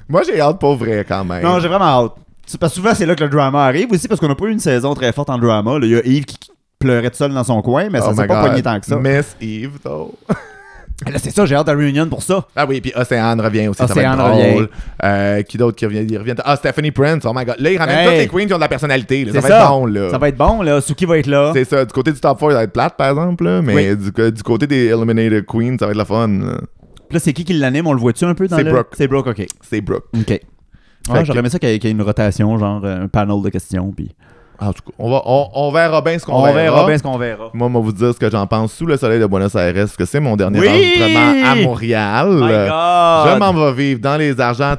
B: Moi, j'ai hâte pour vrai quand même.
A: Non, j'ai vraiment hâte. C'est Parce que souvent, c'est là que le drama arrive aussi, parce qu'on n'a pas eu une saison très forte en drama. là. Il y a Yves qui qui pleurait tout seul dans son coin, mais
B: Oh
A: ça s'est
B: my
A: pas
B: God.
A: pogné tant que ça.
B: Miss Eve, though.
A: Là, c'est ça, j'ai hâte de la réunion pour ça.
B: Ah oui, puis Océane revient aussi,
A: Océane
B: ça va être drôle.
A: revient.
B: Euh, qui d'autre qui revient? Il revient- Ah, Stephanie Prince, oh my god. Là, ils ramènent
A: Hey.
B: toutes les queens qui ont de la personnalité. là. Ça
A: C'est
B: va être bon, là.
A: Ça va être bon, là. Suki va être là.
B: Euh, C'est ça. Du côté du top 4, ça va être plate, par exemple, là, mais du, co- du côté des Eliminated Queens, ça va être le fun. là.
A: Puis Là, c'est qui qui l'anime On le voit-tu un peu dans
B: C'est
A: le.
B: Brooke.
A: C'est Brooke, ok.
B: C'est Brooke.
A: Ok.
B: Fait
A: Ouais,
B: que-
A: J'aurais aimé ça qu'il y ait- qu'il y ait une rotation, genre euh, un panel de questions. Puis...
B: Ah, En tout cas, on, va, on, on verra bien ce qu'on
A: On, verra bien ce qu'on verra.
B: Moi, je vais vous dire ce que j'en pense sous le soleil de Buenos Aires, parce que c'est mon dernier
A: Oui!
B: enregistrement à Montréal. Je
A: God!
B: m'en vais vivre dans les Argentines.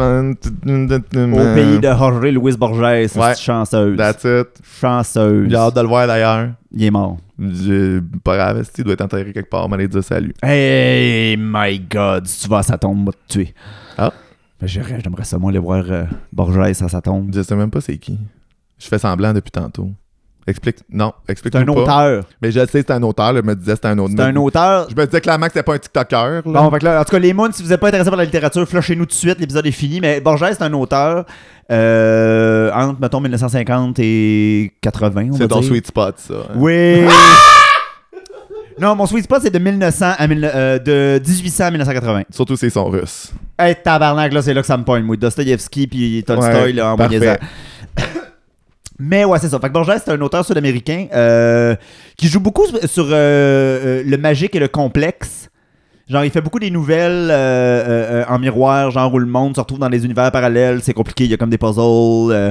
A: Au
B: Au
A: pays de Jorge Luis Borges,
B: Euh. Ouais.
A: c'est chanceuse.
B: That's it.
A: Chanceuse.
B: J'ai hâte de le voir d'ailleurs.
A: Il est mort.
B: J'ai pas grave, il doit être enterré quelque part, mais allez dire salut.
A: Hey my god, si tu vas à sa tombe, moi te tuer.
B: Ah.
A: Ben, j'irais- J'aimerais ça, moi, aller voir euh, Borges à sa tombe.
B: Je sais même pas c'est qui. Je fais semblant depuis tantôt. Explique. Non, explique
A: C'est un
B: pas.
A: auteur.
B: Mais je le sais, c'est un auteur. là, Je me disais, c'est un autre.
A: C'est un auteur.
B: Je me disais clairement que c'était pas un TikToker. là.
A: Bon, fait que là, en tout cas, les Moons, si vous n'êtes pas intéressé par la littérature, flushez-nous tout de suite, l'épisode est fini. Mais Borges, c'est un auteur euh, entre, mettons, 1950 et 80, on va
B: c'est ton
A: dire.
B: sweet spot, ça.
A: Oui! Non, mon sweet spot, c'est de 1900 à 1900, euh, de 1800 à 1980.
B: Surtout s'ils sont russes.
A: Hey, tabarnak, là, c'est là que ça me pointe, moi. Dostoyevsky puis Tolstoy,
B: Ouais,
A: là, en
B: parfait.
A: moyen Mais ouais, c'est ça. Fait que Borges, c'est un auteur sud-américain euh, qui joue beaucoup sur- sur euh, euh, le magique et le complexe. Genre, il fait beaucoup des nouvelles euh, euh, euh, en miroir, genre où le monde se retrouve dans des univers parallèles, c'est compliqué, il y a comme des puzzles. euh,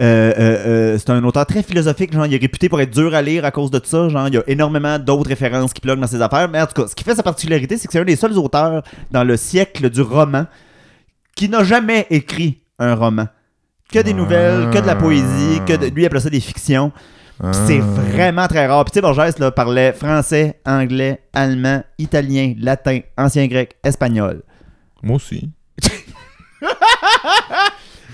A: euh, euh, euh, c'est un auteur très philosophique, genre il est réputé pour être dur à lire à cause de ça, genre il y a énormément d'autres références qui plongent dans ses affaires, mais en tout cas, ce qui fait sa particularité, c'est que c'est un des seuls auteurs dans le siècle du roman qui n'a jamais écrit un roman. Que des
B: Ah.
A: nouvelles, que de la poésie, que de- lui il appelait ça des fictions. Puis C'est
B: Ah.
A: vraiment très rare. Puis tu sais, Borges là, parlait français, anglais, allemand, italien, latin, ancien grec, espagnol.
B: Moi aussi.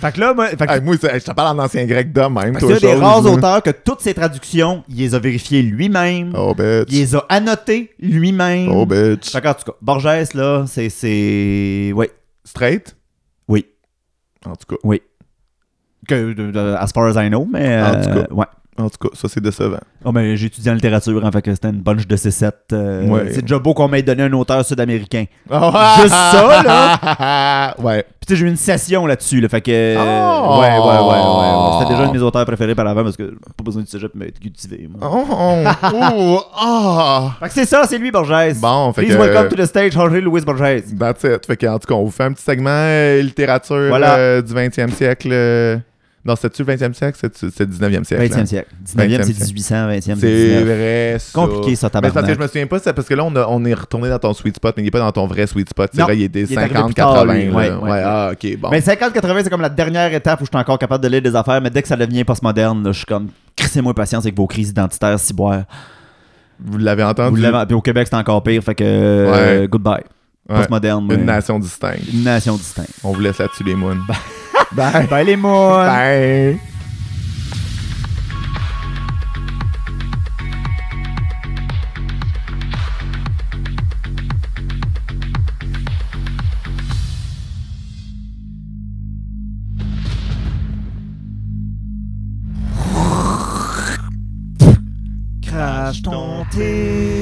A: Fait que là, moi, fait que-
B: Ah, Hey, moi, c'est- je te parle en ancien grec de même.
A: fait que
B: Ah, toi,
A: c'est un des
B: chose.
A: rares auteurs que toutes ses traductions, il les a vérifiées lui-même.
B: Oh,
A: Il
B: bitch.
A: les a annotées lui-même.
B: Oh, bitch.
A: Fait que, en tout cas, Borges, là, c'est. c'est... Ouais.
B: Straight?
A: Oui.
B: En tout cas.
A: Que, de- de- as far as I know, mais.
B: En tout
A: euh, ouais.
B: En tout cas, ça, c'est décevant.
A: Oh, mais j'ai étudié en littérature, en fait que c'était une bunch de C7. euh,
B: Ouais.
A: C'est déjà beau qu'on m'ait donné un auteur sud-américain.
B: Juste
A: ça,
B: là? ouais.
A: Puis tu sais, j'ai eu une session là-dessus, là, fait que... euh,
B: Oh!
A: Ouais, ouais, ouais, ouais, ouais. C'était déjà un de mes auteurs préférés par avant, parce que pas besoin du cégep mais être cultivé, moi.
B: Oh, oh, oh, ah.
A: Fait que c'est ça, c'est lui, Borges.
B: Bon, fait
A: Please
B: que...
A: welcome to the stage, Jorge Luis Borges.
B: That's it. Fait qu'en tout cas, on vous fait un petit segment euh, littérature
A: Voilà.
B: euh, du 20e siècle. euh, Non, c'est-tu le 20e siècle? C'est c'est le 19e siècle.
A: 20e
B: hein?
A: siècle. 19e, c'est
B: 20e.
A: 1800, 20e, c'est
B: C'est
A: 19e.
B: vrai, ça.
A: Compliqué, ça,
B: Mais c'est parce que
A: tabarnak.
B: je me souviens pas, c'est parce que là, on, a- on est retourné dans ton sweet spot, mais il n'est pas dans ton vrai sweet spot. C'est
A: Non,
B: vrai, il est des
A: il est arrivé
B: 50,
A: plus tard,
B: 80.
A: lui.
B: là.
A: Ouais,
B: Ouais,
A: ouais.
B: ah, ok, bon.
A: Mais 50-80, c'est comme la dernière étape où je suis encore capable de lire des affaires, mais dès que ça devient postmoderne, là, je suis comme... Crissez-moi patience avec vos crises identitaires, ciboires.
B: Vous l'avez
A: Vous
B: entendu?
A: l'avez- Puis au Québec, c'est encore pire, fait que... euh,
B: Ouais.
A: Goodbye.
B: Ouais.
A: Postmoderne.
B: Une
A: ouais.
B: nation distincte.
A: Une nation distincte.
B: On vous laisse là-dessus, les moons.
A: Bye. Bye les mounes.
B: Bye.
A: Crash ton thé.